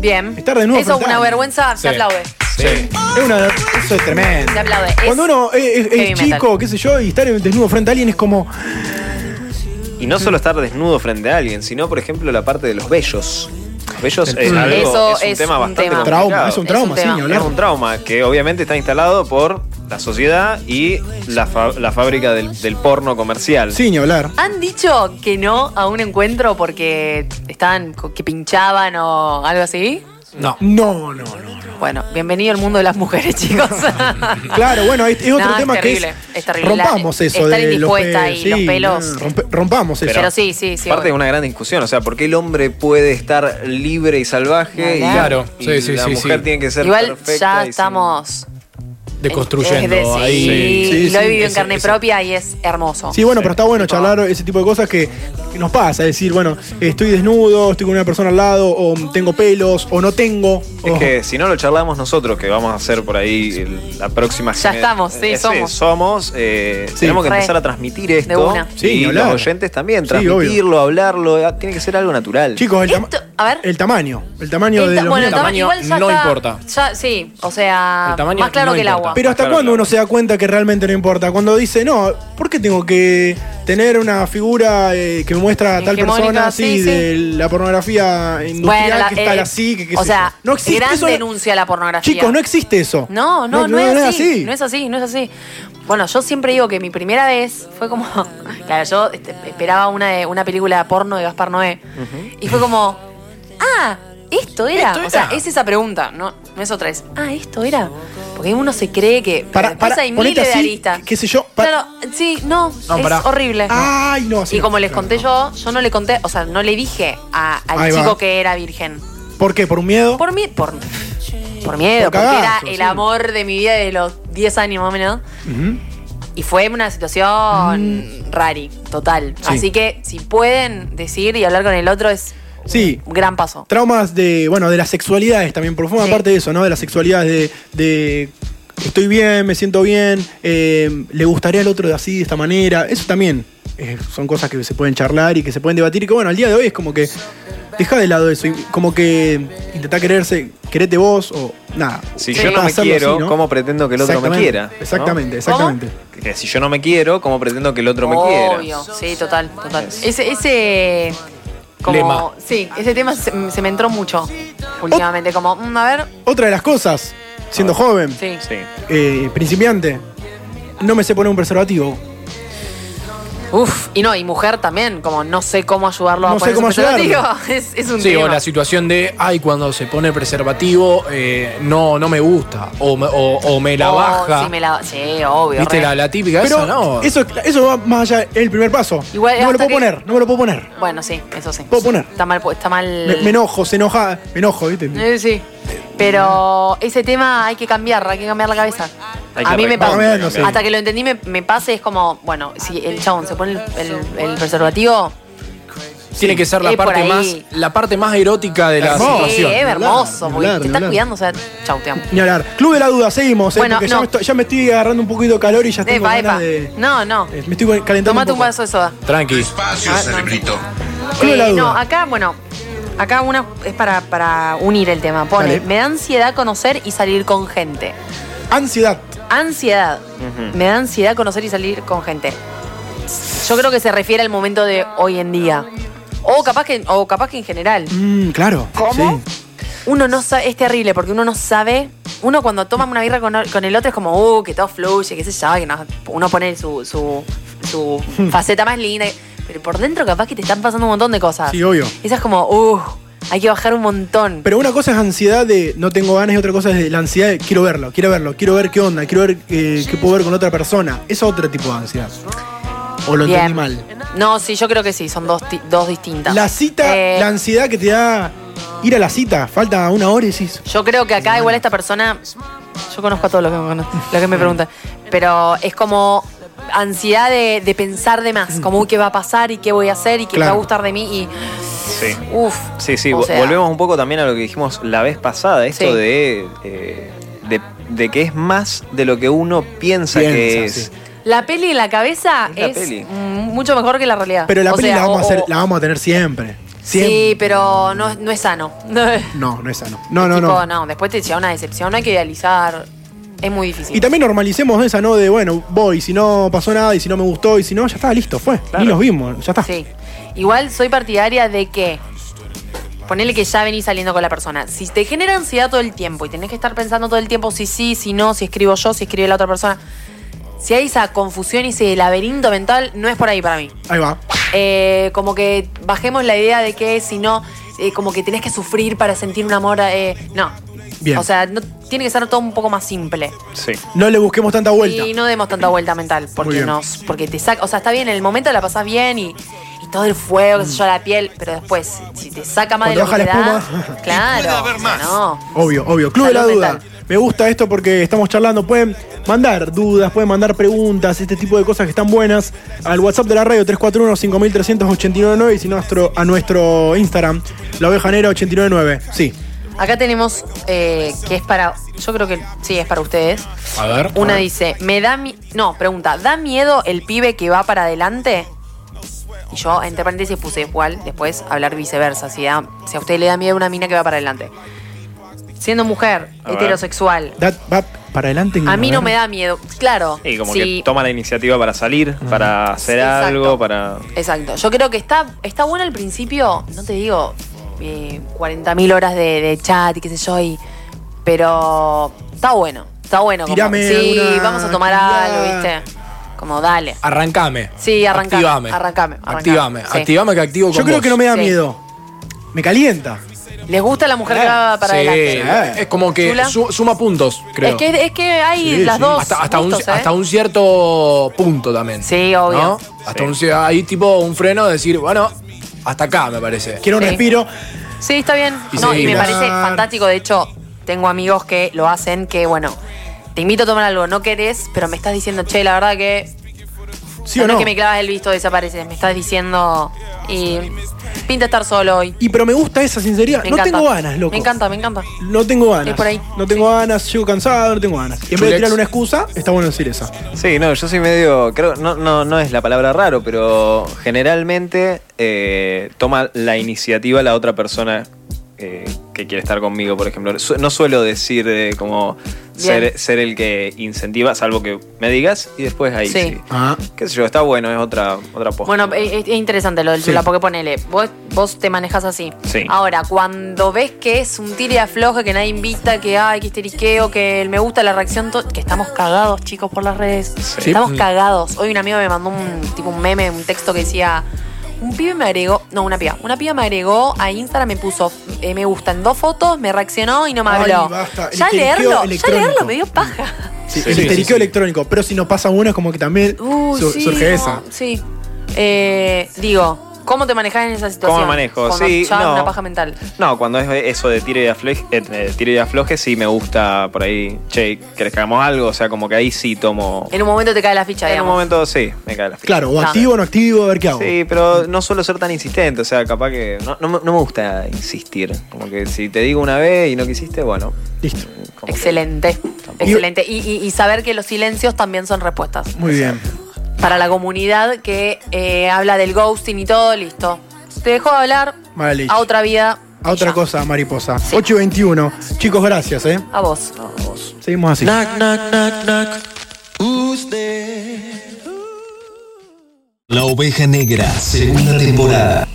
K: Bien.
J: Estar desnudo
K: Eso es
J: frente a
K: una
J: alguien.
K: vergüenza, se
J: Sí.
K: aplaude.
J: Es una- eso es tremendo.
K: Se aplaude. Es
J: Cuando uno eh, es, es- es
K: heavy metal.
J: chico, qué sé yo, y estar desnudo frente a alguien es como.
M: Y no solo estar desnudo frente a alguien, sino, por ejemplo, la parte de los vellos. Los vellos es,
J: Mm.
M: algo-
J: Eso
M: es un
J: es
M: tema
J: un
M: bastante
J: tema.
M: complicado.
J: Trauma, es un Es trauma, un sí, tema. ni hablar.
M: Es un trauma que obviamente está instalado por la sociedad y la, fa- la fábrica del, del porno comercial.
J: Sí, ni hablar.
K: ¿Han dicho que no a un encuentro porque estaban, co- que pinchaban o algo así?
E: No.
J: No, no,
K: Bueno, bienvenido al mundo de las mujeres, *laughs* chicos.
J: Claro, bueno, es, es otro
K: No,
J: tema que es.
K: terrible, es terrible.
J: Rompamos
K: La-
J: eso
K: estar
J: de los
K: indispuesta
J: pelos.
K: y los
J: sí,
K: pelos.
J: no, rompe- rompamos eso.
K: Pero sí, sí, sí.
M: Parte de
K: bueno.
M: una gran discusión, o sea, ¿por qué el hombre puede estar libre y salvaje? Y,
E: Claro,
M: y
E: sí, sí,
M: la
E: sí,
M: mujer
E: sí.
M: tiene que ser
K: Igual ya
M: perfecta.
K: estamos. es
E: Deconstruyendo
K: decir,
E: ahí.
K: y lo he vivido en
E: Ese-
K: carne propia y es hermoso.
J: Sí, bueno, pero está bueno charlar ese tipo de cosas que que nos pasa. Es decir, bueno, estoy desnudo, estoy con una persona al lado, o tengo pelos, o no tengo.
M: Es que si no lo charlamos nosotros, que vamos a hacer por ahí el- la próxima
K: Ya
M: gener-
K: estamos, sí,
M: Eh,
K: somos.
M: somos, eh,
J: Sí.
M: Tenemos que
K: Re.
M: empezar a transmitir esto.
K: De una.
J: Sí, ni
M: y los
J: hablar.
M: oyentes también,
J: Sí, obvio.
M: transmitirlo, hablarlo. eh, Tiene que ser algo natural.
J: Chicos, el, tama-
K: A ver.
J: el tamaño. El tamaño
K: El
J: de
K: ta-
J: los
K: bueno, el
J: miembros.
K: tamaño igual ya está- ya- sí, o sea,
J: El tamaño
K: más claro
J: no
K: que el
J: importa.
K: agua.
J: Pero ¿hasta cuándo uno se da cuenta que realmente no importa? Cuando dice, no, ¿por qué tengo que tener una figura eh, que me muestra a tal
K: Hegemónica,
J: persona así
K: sí, sí.
J: de la pornografía industrial
K: Bueno, la-
J: que está
K: eh,
J: así? Que, qué
K: o
J: sé
K: sea,
J: yo? no existe
K: gran
J: eso.
K: denuncia a la pornografía.
J: Chicos, no existe eso.
K: No, no, no, es así, No es así, no es así. Bueno, yo siempre digo que mi primera vez fue como. *laughs* Claro, yo este, esperaba una, de- una película porno de Gaspar Noé. Y fue como. ¡Ah! Esto era.
J: Esto
K: O sea,
J: era.
K: es esa pregunta, no, no es otra. Es. ¡Ah, esto era! Porque uno se cree que. pero
J: Para,
K: después
J: para,
K: hay miles
J: ponete
K: de
J: así,
K: aristas.
J: qué sé yo. para-
K: Claro, sí, no,
J: No,
K: es
J: pará.
K: horrible.
J: Ay, no, sí,
K: Y
J: no,
K: como les
J: claro,
K: conté yo, yo no le conté, o sea, no le dije a- al
J: Ahí va.
K: chico que era virgen.
J: ¿Por qué? ¿Por un miedo?
K: Por miedo, por, por miedo,
J: Por
K: porque era
J: cagazo,
K: el
J: sí.
K: amor de mi vida de los 10 años más o menos.
J: Ujú.
K: Y fue una situación rari, total.
J: Sí.
K: Así que si pueden decir y hablar con el otro es
J: Sí.
K: un gran paso.
J: Traumas de, bueno, de las sexualidades también, por forma parte de eso, ¿no? De las sexualidades de, de estoy bien, me siento bien, eh, le gustaría al otro de así, de esta manera. Eso también eh, son cosas que se pueden charlar y que se pueden debatir y que, bueno, al día de hoy es como que deja de lado eso y como que intentá quererse, querete vos o nada.
M: Si yo no me
J: Hacerlo
M: quiero,
J: así, ¿no?
M: ¿cómo pretendo que el otro me
J: Exactamente,
M: quiera? ¿no?
J: Exactamente, exactamente.
M: Que si yo no me quiero, ¿cómo pretendo que el otro me quiera?
K: Obvio, sí, total, total. Ese, ese como
M: Lema.
K: sí, ese tema se, se me entró mucho últimamente, como, mm, a ver,
J: Otra de las cosas, siendo joven,
K: sí.
J: eh, principiante, no me sé poner un preservativo.
K: Uf, y no, y mujer también, como no sé cómo ayudarlo a
E: No sé
K: ponerse
E: cómo
K: preservativo. *laughs*
E: ayudarlo.
K: Es, es un
E: Sí,
K: tema.
E: o la situación de, ay, cuando se pone preservativo, eh, no, no me gusta, o me, o- o me la
K: Oh,
E: baja.
K: Sí, me la, sí, obvio.
E: ¿Viste
K: re.
E: la, la típica
J: Pero
E: esa, no?
J: eso, eso va más allá, es el primer paso.
K: Igual
J: no me lo
K: hasta
J: puedo
K: que-
J: poner, no me lo puedo poner.
K: Bueno, sí, eso sí.
J: Puedo poner.
K: Está mal, pu- está mal.
J: Me, me enojo, se enoja, me enojo, ¿viste?
K: Eh, sí. Pero ese tema hay que cambiar, hay que cambiar la cabeza.
J: Hay que
K: A mí me
J: recambiar,
K: pasa.
J: no sé.
K: Hasta que lo entendí, me, me pasa, es como, bueno, si el chabón se pone el, el- el preservativo.
E: Tiene que ser la
K: es por
E: parte
K: ahí.
E: más, la parte más erótica de la
J: Hermoso.
K: Sí,
E: situación.
K: es hermoso,
J: ni
K: porque
J: hablar,
K: te estás
J: ni hablar.
K: cuidando, o sea, chau, te amo.
J: Ni hablar. Club de la duda, seguimos, ¿eh?
K: Bueno,
J: porque ya,
K: no.
J: me estoy, ya me estoy agarrando un poquito de calor y ya tengo
K: Epa,
J: ganas
K: epa.
J: de.
K: Eh, No, no.
J: eh, Me estoy calentando.
K: Tomate
J: un
K: un
J: poco.
K: vaso de soda.
E: Tranqui.
K: A ver,
J: cerebrito.
K: Eh,
J: la duda.
K: Ah, no, acá, bueno, acá una es para, para unir el tema. Pone,
J: Dale.
K: me da ansiedad conocer y salir con gente.
J: Ansiedad.
K: Ansiedad. Me da ansiedad conocer y salir con gente. Yo creo que se refiere al momento de hoy en día. O capaz que, o capaz que en general.
J: Mm, claro.
K: ¿Cómo?
J: Sí.
K: Uno no sabe, es terrible porque uno no sabe. Uno cuando toma una birra con, con el otro es como, uh, que todo fluye, que se llama, que no- uno pone su, su,
J: *laughs*
K: su faceta más linda. Pero por dentro capaz que te están pasando un montón de cosas.
J: Sí, obvio.
K: Y esa es como, uh, hay que bajar un montón.
J: Pero una cosa es ansiedad de no tengo ganas y otra cosa es de la ansiedad de quiero verlo, quiero verlo, quiero ver qué onda, quiero ver eh, qué puedo ver con otra persona. Es otro tipo de ansiedad. O lo entendí
K: Bien.
J: mal.
K: No, sí, yo creo que sí, son dos, ti- dos distintas.
J: La cita,
K: Eh,
J: la ansiedad que te da ir a la cita, falta una hora y decís.
K: Yo creo que acá igual esta persona, yo conozco a todos los que, me cono- los que me preguntan, pero es como ansiedad de, de pensar de más, como "Uy, qué va a pasar y qué voy a hacer y qué
B: Claro.
K: va a gustar de mí y
B: Sí.
K: uff.
B: Sí, sí,
K: O
B: vo-
K: sea-
B: volvemos un poco también a lo que dijimos la vez pasada, esto
K: Sí.
B: de, eh, de, de que es más de lo que uno piensa, que es.
K: La peli en la cabeza
B: la
K: es,
B: peli.
K: mm, mucho mejor que la realidad.
J: Pero la
K: O
J: peli
K: sea,
J: la, vamos
K: o-
J: a hacer,
K: o-
J: la vamos a tener siempre. Siempre.
K: Sí, pero no, no es sano. *laughs*
J: No, no es sano. No, no,
K: tipo,
J: no.
K: no. después te llega una decepción, no hay que idealizar. Es muy difícil.
J: Y también normalicemos esa, ¿no? De bueno, voy, si no pasó nada y si no me gustó y si no, ya está, listo, fue. Ni los vimos, ya está.
K: Sí. Igual soy partidaria de que. Ponele que ya venís saliendo con la persona. Si te genera ansiedad todo el tiempo y tenés que estar pensando todo el tiempo si sí, si no, si escribo yo, si escribe la otra persona. Si hay esa confusión y ese laberinto mental, no es por ahí para mí.
J: Ahí va.
K: Eh, como que bajemos la idea de que si no, eh, como que tenés que sufrir para sentir un amor. eh, no.
J: Bien.
K: O sea, no- tiene que ser todo un poco más simple.
B: Sí.
J: No le busquemos tanta vuelta.
K: Y no demos tanta vuelta mental,
J: Muy
K: porque
J: bien.
K: nos, porque te saca, o sea, está bien, en el momento la pasás bien y, y todo el fuego, qué sé yo, la piel, pero después, si te saca más
J: Cuando
K: de lo
J: baja
K: que
J: la
K: te da, *laughs* claro, o sea, no.
J: Obvio, obvio. Club de la
K: Salud
J: duda. Me gusta esto porque estamos charlando. Pueden mandar dudas, pueden mandar preguntas, este tipo de cosas que están buenas al WhatsApp de la radio 341-53899 y si no, a nuestro- a nuestro Instagram, la oveja negra 899. Sí.
K: Acá tenemos eh, que es para, yo creo que sí, es para ustedes.
J: A ver.
K: Una dice, me da mi, no, pregunta, ¿da miedo el pibe que va para adelante? Y yo, entre paréntesis, puse igual, después hablar viceversa, si, da- si a usted le da miedo una mina que va para adelante. Siendo mujer,
B: A ver.
K: heterosexual,
J: va para adelante. en-
K: A mí no
J: ver.
K: me da miedo, claro.
B: Y como
K: sí,
B: que toma la iniciativa para salir,
J: Mm.
B: para hacer
K: exacto.
B: algo, para.
K: Exacto. Yo creo que está, está bueno al principio, no te digo eh, 40.000 horas de, de chat y qué sé yo, y- pero está bueno, está bueno. Como,
E: Tirame
K: sí,
E: alguna
K: vamos a tomar algo,
E: actividad.
K: ¿viste? Como dale.
E: Arrancame.
K: Sí, arrancame.
E: Activame.
K: Arrancame. arrancame,
E: Activame.
K: sí.
E: Activame que activo con
J: Yo creo
E: vos.
J: que no me da
K: Sí.
J: miedo. Me calienta.
K: ¿Les gusta la mujer que va para
E: Sí,
K: adelante?
E: Es como que
K: ¿Chula?
E: su- suma puntos, creo.
K: Es que, es que hay
E: Sí,
K: las
E: sí.
K: dos.
E: Hasta, hasta un,
K: gustos, ¿eh?
E: hasta un cierto punto también.
K: Sí, obvio.
E: Hasta un cier- hay tipo un freno de decir, bueno, hasta acá me parece.
J: Quiero un
K: Sí.
J: respiro.
K: Sí, está bien.
E: Y
K: no, y me
E: seguimos.
K: parece fantástico. De hecho, tengo amigos que lo hacen que, bueno, te invito a tomar algo, no querés, pero me estás diciendo, che, la verdad que.
J: ¿Sí o
K: no es
J: no?
K: que me clavas el visto, desapareces. Me estás diciendo. Y. Pinta estar solo hoy.
J: Y pero me gusta esa sinceridad.
K: Me
J: no
K: encanta.
J: tengo ganas, loco.
K: Me encanta, me encanta.
J: No tengo ganas.
K: Es por ahí.
J: No tengo ganas, llego cansado, no tengo ganas. Y en vez de
B: Chulex.
J: tirar una excusa, está bueno decir esa.
B: Sí, no, yo soy medio. Creo, no, no, no es la palabra raro, pero generalmente eh, toma la iniciativa la otra persona eh, que quiere estar conmigo, por ejemplo. Su- no suelo decir eh, como. ser, ser el que incentiva, salvo que me digas y después ahí sí.
K: Sí.
E: Ah,
B: Qué sé yo, está bueno, es otra, otra posta.
K: Bueno, es, es- es interesante lo del
B: Sí.
K: Chula, porque ponele, vos, vos te manejas así.
B: Sí.
K: Ahora, cuando ves que es un tire afloje, que nadie invita, que hay que histeriqueo, que el me gusta, la reacción, to- que estamos cagados, chicos, por las redes.
R: Sí.
K: Estamos
R: Mm.
K: cagados. Hoy un amigo me mandó un tipo un meme, un texto que decía. Un pibe me agregó, no, una piba, una piba me agregó a Instagram, me puso eh, me gusta en dos fotos, me reaccionó y no me
J: Ay,
K: habló.
J: basta, el
K: ya
J: histeriqueo
K: leerlo, ya
J: electrónico.
K: leerlo me dio paja.
J: Sí,
E: Sí,
J: el
E: sí,
J: histeriqueo
E: sí, sí.
J: electrónico. Pero si nos pasa uno, es como que también
K: Uy,
J: su-
K: sí,
J: surge
K: no,
J: esa.
K: Sí. Eh, digo, ¿cómo te manejas en esa situación?
B: me manejo?
K: Cuando
B: Sí,
K: ya
B: no.
K: una paja mental.
B: No, cuando es eso de tiro y afloje, eh, eh, tiro y afloje, sí me gusta por ahí, che, ¿querés que hagamos algo? O sea, como que ahí sí tomo.
K: En un momento te cae la ficha,
B: En un
K: digamos.
B: momento sí, me cae la ficha.
J: Claro, o activo o no activo, a ver qué hago.
B: Sí, pero no suelo ser tan insistente, o sea, capaz que. No, no me- no me gusta insistir. Como que si te digo una vez y no quisiste, bueno.
J: Listo.
K: Excelente. Excelente. Y, y- y saber que los silencios también son respuestas.
J: Muy bien.
K: Para la comunidad que eh, habla del ghosting y todo, listo. Te dejo de hablar
J: Mala leche.
K: a otra vida,
J: A otra cosa, mariposa. 8 y 21. Chicos, gracias, ¿eh?
K: a vos.
J: Seguimos así.
L: Knock, knock, knock, knock. Who's
P: La oveja negra, segunda temporada.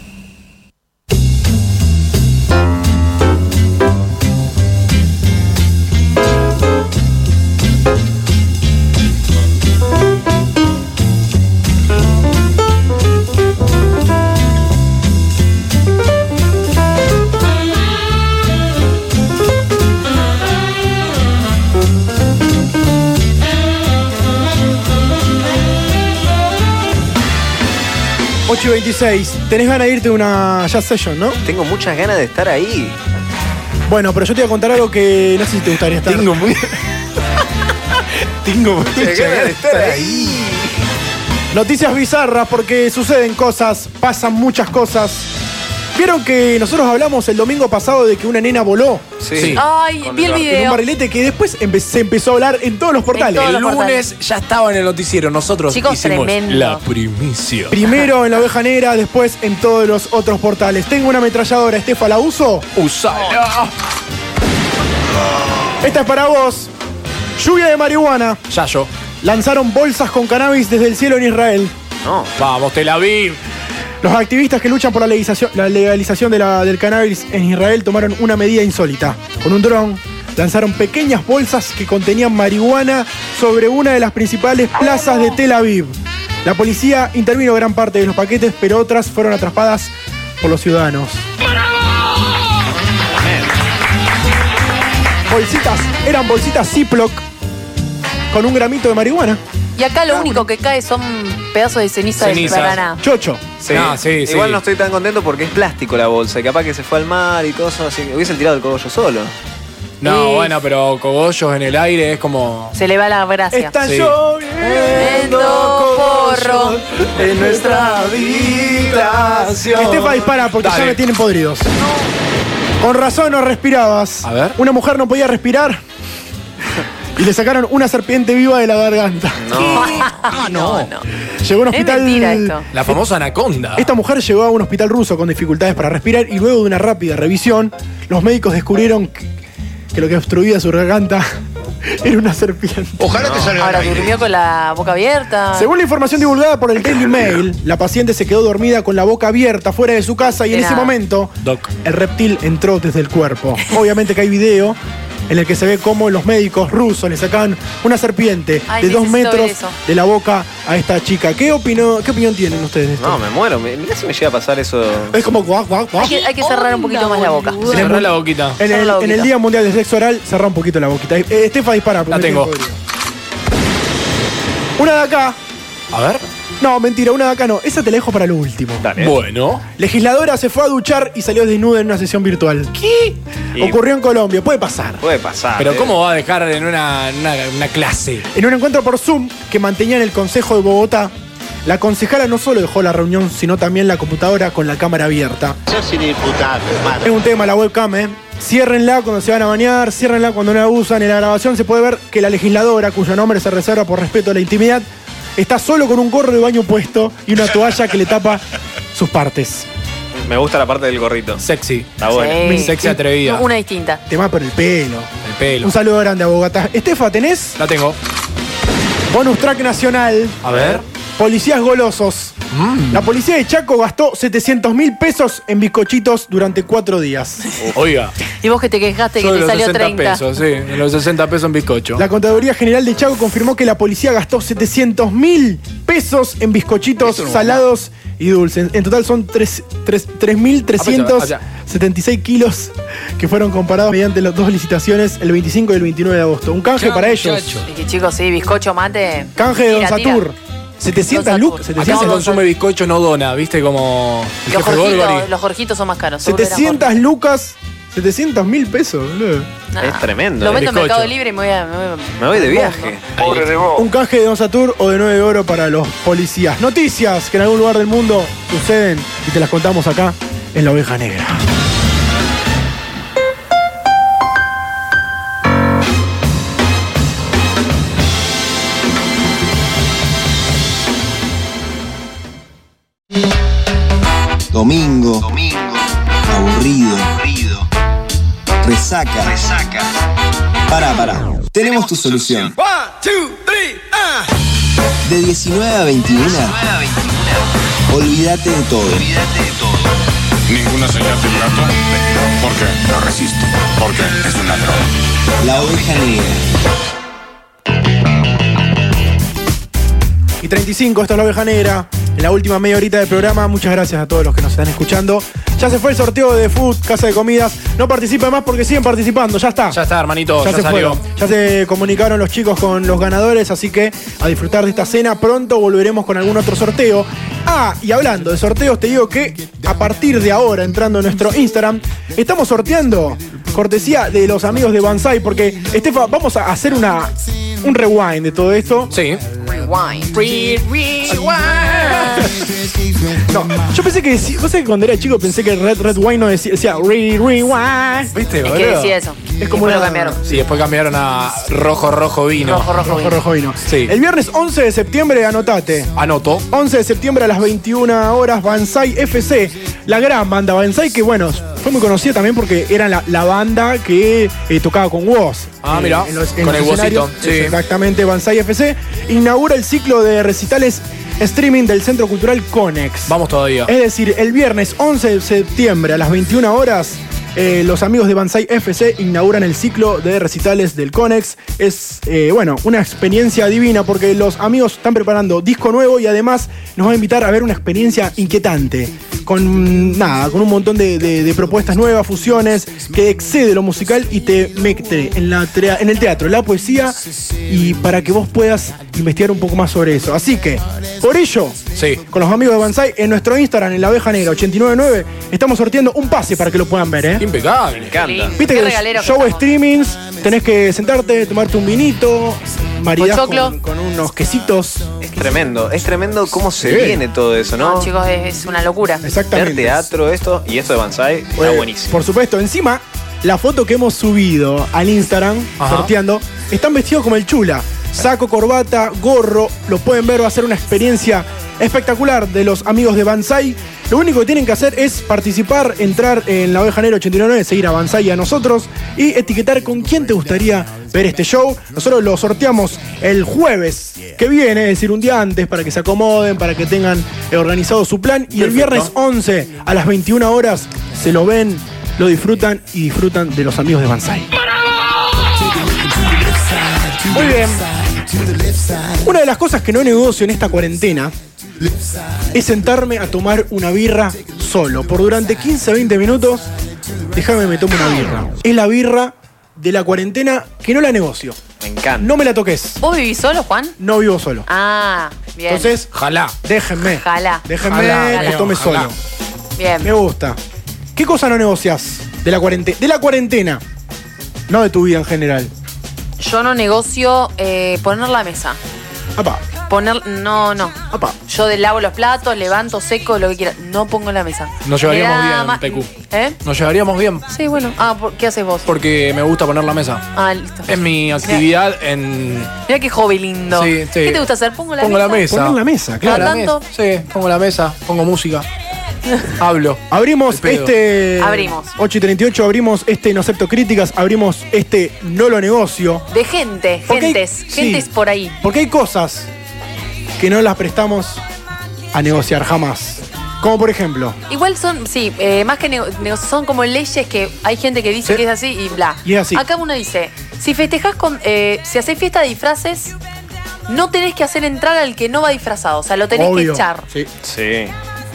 J: Ocho y 26. Tenés ganas de irte a una jazz session, ¿no?
B: Tengo muchas ganas de estar ahí.
J: Bueno, pero yo te voy a contar algo que no sé si te gustaría estar. Tengo *laughs* muy. Tengo
L: Muchas ganas de estar
A: ¿eh?
L: ahí.
J: Noticias bizarras porque suceden cosas, pasan muchas cosas. ¿Vieron que nosotros hablamos el domingo pasado de que una nena voló?
E: Sí. Sí.
K: Ah,
E: Ay, Con vi el el video.
J: En un barrilete que después empe- se empezó a hablar en todos los portales.
E: el lunes ya estaba en el noticiero. Nosotros
J: Chicos,
E: hicimos
J: tremendo.
E: la primicia.
J: Primero *laughs* en la oveja negra, después en todos los otros portales. Tengo una ametralladora, Estefa, ¿la uso?
E: Usala.
J: Esta es para vos. Lluvia de marihuana.
E: Yayo.
J: Lanzaron bolsas con cannabis desde el cielo en Israel.
E: No. Vamos, Tel Aviv.
J: Los activistas que luchan por la legalización, la legalización de la- del cannabis en Israel tomaron una medida insólita. Con un dron lanzaron pequeñas bolsas que contenían marihuana sobre una de las principales plazas de Tel Aviv. La policía intervino gran parte de los paquetes, pero otras fueron atrapadas por los ciudadanos. Bolsitas, eran bolsitas Ziploc con un gramito de marihuana.
K: Y acá lo único que cae son pedazos de ceniza de verana.
J: Chocho.
B: Sí.
E: Ah, sí,
B: Igual
E: sí.
B: no estoy tan contento porque es plástico la bolsa. y Capaz que se fue al mar y cosas así. Hubiesen tirado el cogollo solo.
E: No,
B: Y-
E: bueno, pero cogollos en el aire es como.
K: Se le va la gracia.
E: Está Sí.
K: lloviendo porro
J: en
K: nuestra
J: habitación. Estefa dispara Este porque
L: Dale.
J: ya me tienen podridos. Con razón no respirabas. A ver. Una mujer no podía respirar. Y le sacaron una serpiente viva de la garganta.
E: Ah, no.
J: Llegó a un hospital.
E: La famosa anaconda.
J: Esta mujer llegó a un hospital ruso con dificultades para respirar y luego de una rápida revisión, los médicos descubrieron que, que lo que obstruía su garganta *laughs* era una serpiente.
K: No. Ahora durmió con la boca abierta.
J: Según la información divulgada por el Daily Mail, la paciente se quedó dormida con la boca abierta fuera de su casa y en
K: Era-
J: ese momento
E: Doc.
J: el reptil entró desde
K: *laughs*
J: el cuerpo. Obviamente que hay video en el que se ve cómo los médicos rusos le sacaban una serpiente
K: Ay,
J: de dos
K: necesito ver
J: metros
K: eso.
J: de la boca a esta chica. ¿Qué, opinó, qué opinión tienen ustedes de esto?
B: No, me muero. Mi- Mirá si me llega a pasar eso.
J: Es como guac, guac, guac.
K: Hay que, hay que cerrar un poquito más la boca.
E: Cerrá la boquita.
J: En el, en el Día Mundial del Sexo Oral, cerrá un poquito la boquita. Eh, Estefa dispara. porque
E: La
J: me
E: tengo.
J: tiene podrido. Una de acá.
E: A ver.
J: No, mentira, una de acá no. Esa te la dejo para lo último.
E: Bueno.
J: Legisladora se fue a duchar y salió desnuda en una sesión virtual. ¿Qué?
E: Y-
J: Ocurrió en Colombia, puede pasar.
B: Puede pasar.
E: Pero
J: eh.
E: ¿cómo va a dejar en una, en una, una clase?
J: En un encuentro por Zoom que mantenía en el Consejo de Bogotá, la concejala no solo dejó la reunión, sino también la computadora con la cámara abierta. Es un tema la webcam, ¿eh? Ciérrenla cuando se van a bañar, ciérrenla cuando no la usan. En la grabación se puede ver que la legisladora, cuyo nombre se reserva por respeto a la intimidad, está solo con un gorro de baño puesto y una toalla que le tapa sus partes.
B: Me gusta la parte del gorrito.
E: Sexy.
B: Está bueno.
K: Eh,
J: Sí. Sexy atrevida.
K: Una distinta.
J: Tema por el pelo.
E: El pelo.
J: Un saludo grande a Bogotá. Estefa, ¿tenés?
E: La tengo.
J: Bonus track nacional.
E: A ver.
J: Policías golosos. La policía de Chaco gastó 700 mil pesos en bizcochitos durante cuatro días.
E: Oiga.
K: Y vos que te quejaste que
E: Yo de
K: te
E: los
K: salió
E: 60
K: 30.
E: pesos, sí. De los 60 pesos en bizcocho.
J: La Contaduría General de Chaco confirmó que la policía gastó 700 mil pesos en bizcochitos salados y dulces. En total son tres- tres- 3.376 kilos que fueron comparados mediante las dos licitaciones el 25 y el 29 de agosto. Un canje para ellos.
K: Y que chicos, sí, bizcocho, mate.
J: Canje de Don
K: Tira, tira.
J: Satur. 700 lucas.
E: Acá se
J: 700
E: consume bizcocho, no dona, ¿viste? Como. el
K: Los
E: jefe
K: jorjitos,
E: Gorgori.
K: los jorjitos son más caros. seguro eran
J: 700 lucas. 700 mil pesos, boludo.
B: Es tremendo.
K: Lo
B: eh.
K: vendo en
B: Bizcocho.
K: Mercado Libre y me voy a. Me voy a-
B: Me voy de viaje. Pobre de vos.
J: Un canje de Don Satur o de 9 de oro para los policías. Noticias que en algún lugar del mundo suceden y te las contamos acá en La Oveja Negra.
O: Domingo. Aburrido. Resaca. Resaca. Pará, pará. Tenemos tu solución.
L: One, two, three, ah.
O: De 19 a 21. Olvídate de todo.
N: Ninguna señal de gato. Porque no resisto. Porque es una droga.
O: La oveja negra.
J: Y 35, esto es La Oveja Negra. En la última media horita del programa, muchas gracias a todos los que nos están escuchando. Ya se fue el sorteo de Food, Casa de Comidas. No participen más porque siguen participando, ya está.
E: Ya está, hermanito, ya,
J: se
E: salió.
J: fueron. Ya se comunicaron los chicos con los ganadores, así que a disfrutar de esta cena. Pronto volveremos con algún otro sorteo. Ah, y hablando de sorteos, te digo que a partir de ahora, entrando en nuestro Instagram, estamos sorteando cortesía de los amigos de Banzai, porque, Estefa, vamos a hacer una, un rewind de todo esto.
E: Sí.
K: Rewind.
J: No, yo pensé que, decí- vos sabés que cuando era chico pensé que Red, Red Wine no decía, decía re, rewind.
E: ¿Viste,
K: Es
E: boludo?
K: que decía eso.
J: Es como
K: Después lo
J: una-
K: cambiaron.
E: Sí, después cambiaron a rojo, rojo vino.
K: Rojo, rojo,
J: Rojo, rojo vino.
E: Sí.
J: El viernes 11 de septiembre, anotate.
E: Anoto.
J: 11 de septiembre a las 21 horas, Banzai FC, la gran banda Banzai, que bueno, fue muy conocida también porque era la, la banda que eh, tocaba con Woz.
E: Ah,
J: Eh,
E: mirá, con el
J: escenarios.
E: Wozito, sí.
J: Exactamente, Banzai FC inaugura el ciclo de recitales streaming del Centro Cultural Conex.
E: Vamos todavía.
J: Es decir, el viernes 11 de septiembre a las 21 horas, eh, los amigos de Banzai FC inauguran el ciclo de recitales del Conex. Es, eh, bueno, una experiencia divina porque los amigos están preparando disco nuevo y además nos va a invitar a ver una experiencia inquietante. Con nada, con un montón de, de- de propuestas nuevas, fusiones, que excede lo musical y te mete en, la trea- en el teatro, la poesía y para que vos puedas investigar un poco más sobre eso. Así que, por ello,
E: Sí.
J: con los amigos de Banzai en nuestro Instagram, en la abeja negra 899, estamos sorteando un pase para que lo puedan ver, ¿eh?
E: Impecable. Me
B: encanta.
J: Viste
K: Qué
J: que
K: regalero
J: los
K: que
J: show
K: estamos.
J: streamings, tenés que sentarte, tomarte un vinito, maridás
K: Pochoclo.
J: con, con unos quesitos.
B: Es tremendo. Es tremendo cómo se
J: Sí.
B: viene todo eso, ¿no?
K: No, chicos, es, es una locura.
B: Ver
J: Exactamente.
B: teatro, esto y esto de Banzai está
J: Eh,
B: buenísimo.
J: Por supuesto, encima, la foto que hemos subido al Instagram,
B: Ajá.
J: sorteando, están vestidos como el chula. Saco, corbata, gorro, lo pueden ver, va a ser una experiencia espectacular de los amigos de Banzai. Lo único que tienen que hacer es participar, entrar en la Oveja Negra 89, seguir a Banzai y a nosotros y etiquetar con quién te gustaría ver este show. Nosotros lo sorteamos el jueves que viene, es decir, un día antes, para que se acomoden, para que tengan eh, organizado su plan. Y el
E: Perfecto.
J: viernes 11 a las 21 horas se lo ven, lo disfrutan y disfrutan de los amigos de Banzai. Muy bien. Una de las cosas que no negocio en esta cuarentena es sentarme a tomar una birra solo. Por durante 15 20 minutos, déjame me tomo una birra. Es la birra de la cuarentena que no la negocio.
B: Me encanta.
J: No me la toques.
K: ¿Vos vivís solo, Juan?
J: No vivo solo.
K: Ah, bien.
J: Entonces,
E: Jalá.
J: déjenme.
K: Ojalá.
J: Déjenme
E: Ojalá,
J: que
E: ojalá,
J: tome
E: ojalá.
J: solo.
K: Bien.
J: Me gusta. ¿Qué cosa no negocias de la cuarentena? De la cuarentena. No de tu vida en general.
K: Yo no negocio eh, poner la mesa.
J: Apa,
K: Poner. No, no.
J: apa.
K: Yo de- lavo los platos, levanto, seco, lo que quiera. No pongo la mesa.
E: Nos
K: Me
E: llevaríamos
K: da
E: bien,
K: ma-
E: PQ.
K: ¿Eh?
E: Nos llevaríamos bien
K: Sí, bueno. Ah, ¿por- ¿qué haces vos?
E: porque me gusta poner la mesa.
K: Ah, listo.
E: Es mi actividad en.
K: Mira qué hobby lindo.
E: Sí, sí.
K: ¿Qué te gusta hacer? Pongo la
E: Pongo
K: mesa.
E: la mesa.
J: Poner la mesa,
K: Cada
J: claro.
K: tanto. *laughs*
E: Sí, pongo la mesa, pongo música. Hablo.
J: Abrimos
E: pedo.
J: este.
K: Abrimos.
J: 8 y 38, abrimos este No acepto críticas, abrimos este No lo negocio.
K: De gente,
J: Porque hay-
K: gentes,
J: sí.
K: gentes por ahí.
J: Porque hay cosas que no las prestamos a negociar jamás. Como por ejemplo.
K: Igual son, sí, eh, más que nego- nego- son como leyes que hay gente que dice
J: Sí.
K: que es así y bla.
J: Y es así.
K: Acá uno dice, si festejás con, eh, si hacés fiesta de disfraces, no tenés que hacer entrar al que no va disfrazado, o sea, lo tenés que
J: obvio,
K: echar.
J: Sí.
B: Sí.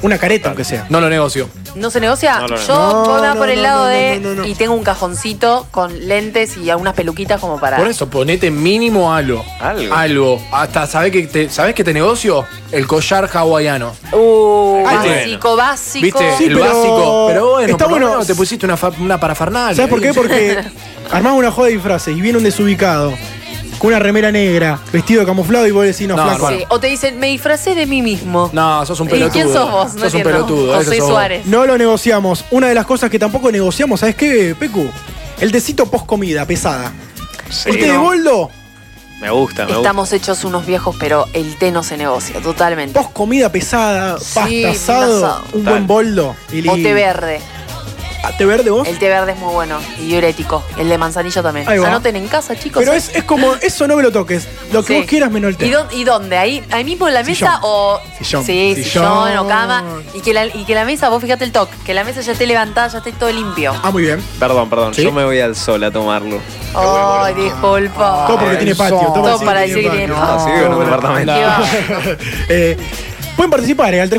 J: Una careta, aunque sea.
E: No lo negocio.
K: ¿No se negocia?
E: No lo
K: Yo
E: negocio.
K: voy a
E: No,
K: por
E: no,
K: el
E: no,
K: lado
E: no,
K: de y tengo un cajoncito con lentes y algunas peluquitas como para.
E: Por eso, ponete mínimo algo. Algo. Hasta, ¿sabés que te, ¿sabés que te negocio? El collar hawaiano.
K: Uh,
E: Ahí te-
K: básico, básico.
E: ¿Viste? el básico. Pero bueno,
J: está
E: por lo
J: bueno.
E: menos te pusiste una, fa- una parafernalia.
J: ¿Sabes por qué?
E: ahí.
J: Porque armás una joda de disfraces y viene un desubicado con una remera negra, vestido de camuflado y vos decís, no,
E: No,
J: flaco.
K: Sí, O te dicen, me disfracé de mí mismo.
E: No, sos un
K: ¿Y
E: pelotudo.
K: quién sos vos? No
E: sos un
K: entiendo.
E: pelotudo. ese
K: José
E: sos vos.
K: Suárez.
J: No lo negociamos. Una de las cosas que tampoco negociamos, ¿sabes qué, Pecu? El tecito post comida, pesada. ¿Usted de
K: ¿no?
J: boldo?
B: Me gusta, me gusta.
K: Estamos hechos unos viejos, pero el té no se negocia, totalmente.
J: Post comida pesada, pasta,
K: Sí, un
J: asado,
K: asado.
J: un
K: Tal.
J: buen boldo. y
K: O
J: li-
K: té verde.
J: Ah, ¿Té verde vos?
K: El té verde es muy bueno y diurético. El de manzanilla también.
J: Ahí va.
K: Anoten en casa, chicos. eh.
J: Pero es, es como, eso no me lo toques. Lo que
K: Sí.
J: vos quieras menos el té.
K: ¿Y, dó- y dónde? ¿Ahí, ¿Ahí mismo en la mesa
J: Sillón.
K: o.?
J: Sillón.
K: Sí, sillón,
J: Sillón.
K: o cama. Y que, la, y que la mesa, vos fíjate el toque, que la mesa ya esté levantada, ya esté todo limpio.
J: Ah, muy bien.
B: Perdón, perdón. Yo me voy al sol a tomarlo.
K: Ay, disculpa.
J: Ah, Todo porque tiene patio.
K: Todo, para decir que tiene
B: No, sí,
K: patio.
B: vivo Ah, en un departamento.
J: *laughs* Eh, pueden participar eh, al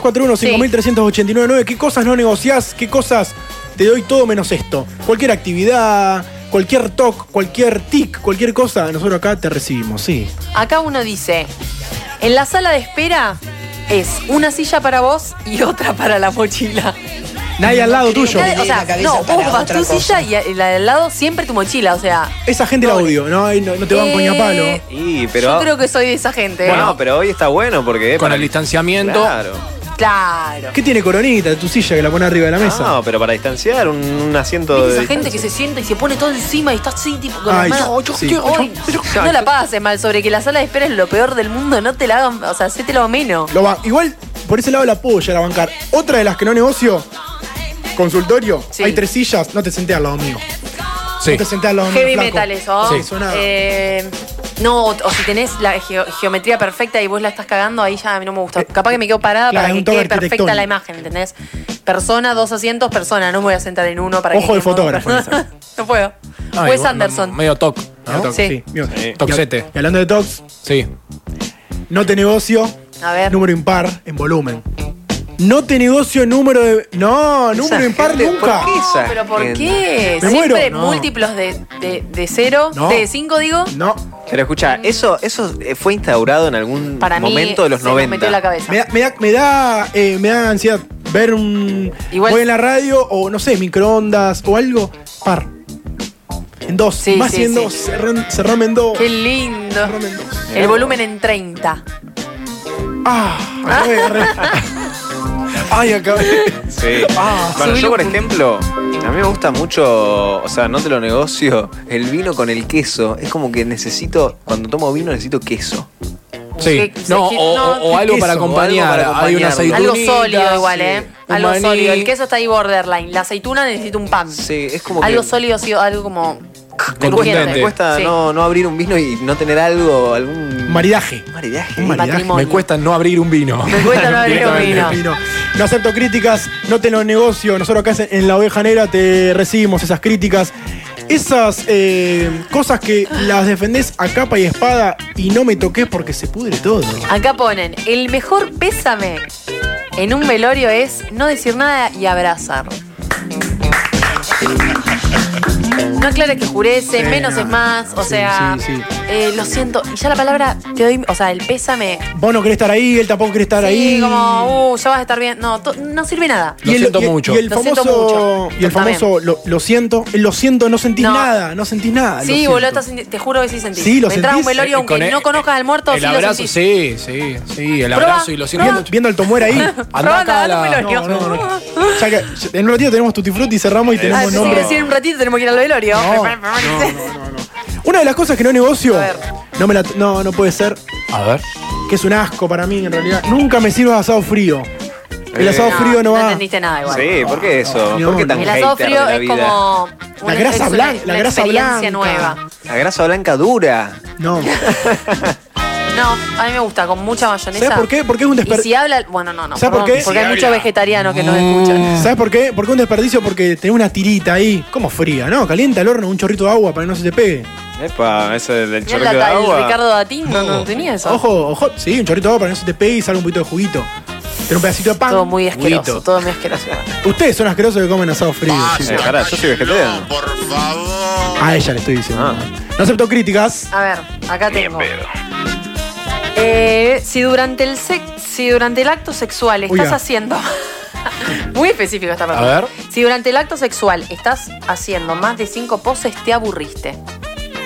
J: 341-53899. ¿Qué cosas no negociás? ¿Qué cosas te doy todo menos esto? Cualquier actividad, cualquier toc, cualquier tic, cualquier cosa, nosotros acá te recibimos, sí.
K: Acá uno dice, en la sala de espera es una silla para vos y otra para la mochila.
J: Nadie al lado tuyo.
K: Nadie- o sea, no, vos vas tu silla y a- y la de al lado siempre tu mochila, o sea.
J: Esa gente la odio, ¿no? Ay, no, no te van
K: Eh,
J: con palo.
B: Y, pero,
K: Yo creo que soy de esa gente.
B: bueno,
K: ¿eh?
B: pero hoy está bueno porque.
E: Con el distanciamiento.
B: Claro.
K: Claro.
J: ¿Qué tiene coronita tu silla que la pone arriba de la mesa?
B: No, pero para distanciar, un, un asiento
K: ¿Viste
B: de.
K: esa gente que se sienta y se pone todo encima y está así, tipo, con
B: Ay,
K: las manos.
B: yo- sí.
K: Ay, no la pases mal sobre que la sala de espera es lo peor del mundo, no te la hagan, o sea, lo menos.
J: Lo va- igual, por ese lado la puedo llegar a bancar. Otra de las que no negocio, consultorio, hay tres sillas, no te senté al lado mío. No te senté al lado mío.
K: Heavy
J: flaco.
K: metal eso.
J: Sí, suena-
K: Eh, no, o, o si tenés la geo- geometría perfecta y vos la estás cagando, ahí ya a mí no me gusta. Capaz que me quedo parada
J: Eh, Claro,
K: para
J: es
K: que
J: un toque
K: quede perfecta
J: arquitectónico.
K: la imagen, ¿entendés? Persona, dos asientos, persona. No me voy a sentar en uno para que
J: Ojo de
K: quede modo-
J: fotógrafo.
K: *laughs* No puedo.
E: Ay,
K: Wes
E: bueno,
K: Anderson.
E: Medio toc.
J: Medio toc, sí.
E: Toxete.
J: Y hablando de tox,
E: Sí.
J: no te negocio,
K: A ver.
J: número impar en volumen. No te negocio número de. No, número impar nunca.
K: No, pero ¿por qué?
J: Me muero.
K: Siempre
J: No.
K: múltiplos de, de, de cero,
B: No.
K: de cinco, digo.
J: No.
B: Pero escucha, eso, eso eh, fue instaurado en algún
K: Para mí,
B: momento de los
K: se nos
B: 90.
K: metió en la cabeza.
J: Me da, me da, me da, eh, me da ansiedad ver un.
K: Igual-
J: voy en la radio o no sé, microondas o algo. Par. En dos. Más
K: sí,
J: en
K: sí.
J: dos. cerran- cerrame en dos.
K: Qué lindo. El volumen en 30.
J: Ah, re,
K: *laughs*
J: re. Ay, acabé.
B: Sí.
J: Ah,
B: bueno,
J: subile
B: yo,
J: un
B: por
J: punto.
B: ejemplo, a mí me gusta mucho, o sea, no te lo negocio, el vino con el queso. Es como que necesito, cuando tomo vino, necesito queso.
E: Sí.
K: Que-
E: No,
K: que-
E: o,
K: no,
E: o- o algo para
B: queso, o algo
E: acompañar.
B: para
E: Hay una
B: acompañar.
E: aceitunita.
K: Algo sólido igual,
E: sí.
K: ¿eh?
E: Un
K: Algo
E: maní.
K: sólido. El queso está ahí borderline. La aceituna necesita un pan.
B: Sí, es como
K: Algo
B: que-
K: sólido, sí, algo como...
B: Me cuesta, me cuesta
K: Sí.
B: no, no abrir un vino y no tener algo, algún...
J: Maridaje.
B: Maridaje.
J: Un maridaje.
E: Me cuesta no abrir
K: *laughs*
E: un vino.
K: Me cuesta no abrir un
E: Directamente.
K: vino.
J: No acepto críticas, no te lo negocio. Nosotros acá en La Oveja Negra te recibimos esas críticas. Esas eh, cosas que las defendés a capa y espada y no me toques porque se pudre todo.
K: Acá ponen, el mejor pésame en un velorio es no decir nada y abrazar. No aclares que jurece,
J: Sí,
K: menos
J: no.
K: es más, o
J: Sí,
K: sea,
J: sí, sí.
K: eh, lo siento. Y ya la palabra te doy, o sea, el pésame.
J: Vos no querés estar ahí, él tampoco quiere estar
K: sí,
J: ahí.
K: como, uh, ya vas a estar bien. No, to- no sirve nada.
J: Y el- y- Y el
K: Lo
J: famoso,
K: siento mucho.
J: Y el
K: Yo también.
J: famoso lo, lo siento, el lo siento, no sentís
K: No.
J: nada, no sentís nada. Ah, lo
K: Sí,
J: siento.
K: boludo, estás sinti- te juro que sí sentís.
J: Sí, lo
K: Me entras a un
J: sentís.
K: velorio,
J: Eh,
K: aunque
J: con el-
K: no conozcas al muerto,
E: El
K: sí lo
E: abrazo,
K: sentís.
E: sí, sí, sí. El
K: Probá,
E: abrazo y lo siento
K: probá.
E: mucho.
J: Viendo al tomuer ahí.
K: *laughs*
E: Andá acá a
K: Probá,
E: la-
K: dame un velorio.
J: No, no, no. Ya que en un ratito tenemos Tutti Frutti, cerramos y
K: Ah,
J: tenemos
K: sí,
J: nombre.
K: sí, en un ratito tenemos que ir al velorio. *laughs*
J: No, Una de las cosas que no negocio, no me la, no, no puede ser,
E: A ver.
J: que es un asco para mí en realidad. Nunca me sirvas asado frío. El asado frío no
K: No
J: va.
K: entendiste nada igual.
B: Sí, Eh, ¿por qué eso?
J: No,
B: Eh, ¿Por qué
J: no.
B: tan
K: El asado
B: hater
K: frío
B: de la
K: es
B: vida?
K: como. una-
J: grasa
K: es una-
J: blanca, la
K: una
J: grasa
K: experiencia
J: blanca.
K: nueva.
B: La grasa blanca dura.
J: No.
B: *laughs*
K: No, a mí me gusta, con mucha mayonesa.
J: ¿Sabes por qué? Porque es un desper-
K: Y si habla. Bueno, no, no.
J: ¿Sabes por
K: perdón, Porque
J: qué? Si
K: hay
J: habla. Mm.
K: muchos vegetarianos que nos escuchan.
J: ¿Sabes por qué? Porque un desperdicio porque tenés una tirita ahí, como fría, ¿no? Calienta el horno, un chorrito de agua para que no se te pegue.
B: Epa, eso del del
K: Mirá
B: chorrito
K: la-
B: de agua.
K: El Ricardo Datín no, no tenía eso.
J: Ojo, ojo, sí, un chorrito de agua para que no se te pegue y salga un poquito de juguito. Tiene un pedacito de pan.
K: Todo muy asqueroso,
J: juguito.
K: todo muy asqueroso.
J: Ustedes son asquerosos que comen asado frío.
B: Eh, pará, yo soy vegetariano.
J: A ella le estoy diciendo.
B: Ah.
J: No acepto críticas.
K: A ver, acá tengo. Eh, si durante el sex- si durante el acto sexual
J: Uy,
K: estás
J: ya.
K: haciendo. *laughs* Muy específico esta
E: ah. A
K: pregunta.
E: ver.
K: Si durante el acto sexual estás haciendo más de cinco poses, te aburriste.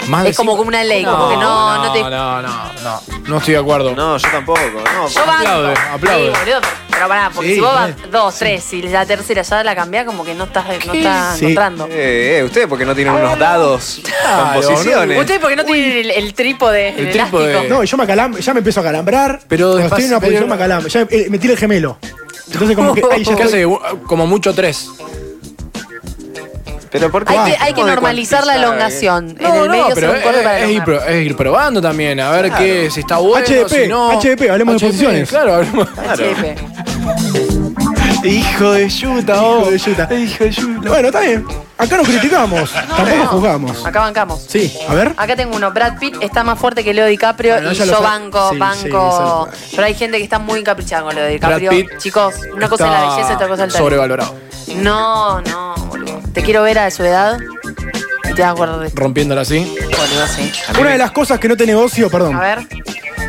E: Más Ah, de
K: es como
E: cinco-
K: como una ley, como que no, no, te.
E: No, no, no, no estoy de acuerdo.
B: No, yo tampoco. No,
K: Yo banco.
E: aplaude, aplaude.
K: Sí, boludo, pero- pero pará, porque
E: Sí,
K: si vos
E: eh.
K: vas dos, tres, y la tercera ya la cambiás, como que no estás, no estás encontrando.
B: Eh, eh, ustedes porque no tienen unos dados con posiciones.
K: Ustedes porque no tienen el, el trípode. El, elástico.
J: No, y yo me acalam- ya me empiezo a calambrar.
E: Eh, Pero
J: Cuando estoy en una
E: despacio-
J: posición me acalam- Ya eh, me tira el gemelo. Entonces, como que ahí ya
E: ¿Qué
J: estoy-
E: hace? Como mucho tres.
B: Pero ¿por
E: Ah,
K: Hay que, hay que normalizar la elongación. en el medio se
E: pero es,
K: corre para
E: es ir,
K: elongar.
E: pro- es ir probando también, a ver qué, si está bueno,
J: HDP,
E: si no.
J: HDP, hablemos de posiciones.
E: Claro, hablemos.
K: HDP.
J: Hijo de yuta, Hijo de yuta. Hijo de yuta. Bueno, está bien. Acá no criticamos, tampoco juzgamos.
K: Acá bancamos.
J: Sí, a ver.
K: Acá tengo uno. Brad Pitt está más fuerte que Leo DiCaprio
J: Bueno,
K: y
J: ya lo
K: yo
J: sé.
K: banco,
J: Sí,
K: banco. Pero hay gente que está muy encaprichada con Leo DiCaprio.
E: Brad Pitt
K: Chicos, una cosa es la
E: está
K: belleza, otra cosa es el talento.
E: Sobrevalorado.
K: No, no, boludo. Te quiero ver a su edad y te vas a acordar de esto.
E: Rompiéndola así.
K: Boludo, sí.
J: Una de las cosas que no te negocio, perdón.
K: A ver.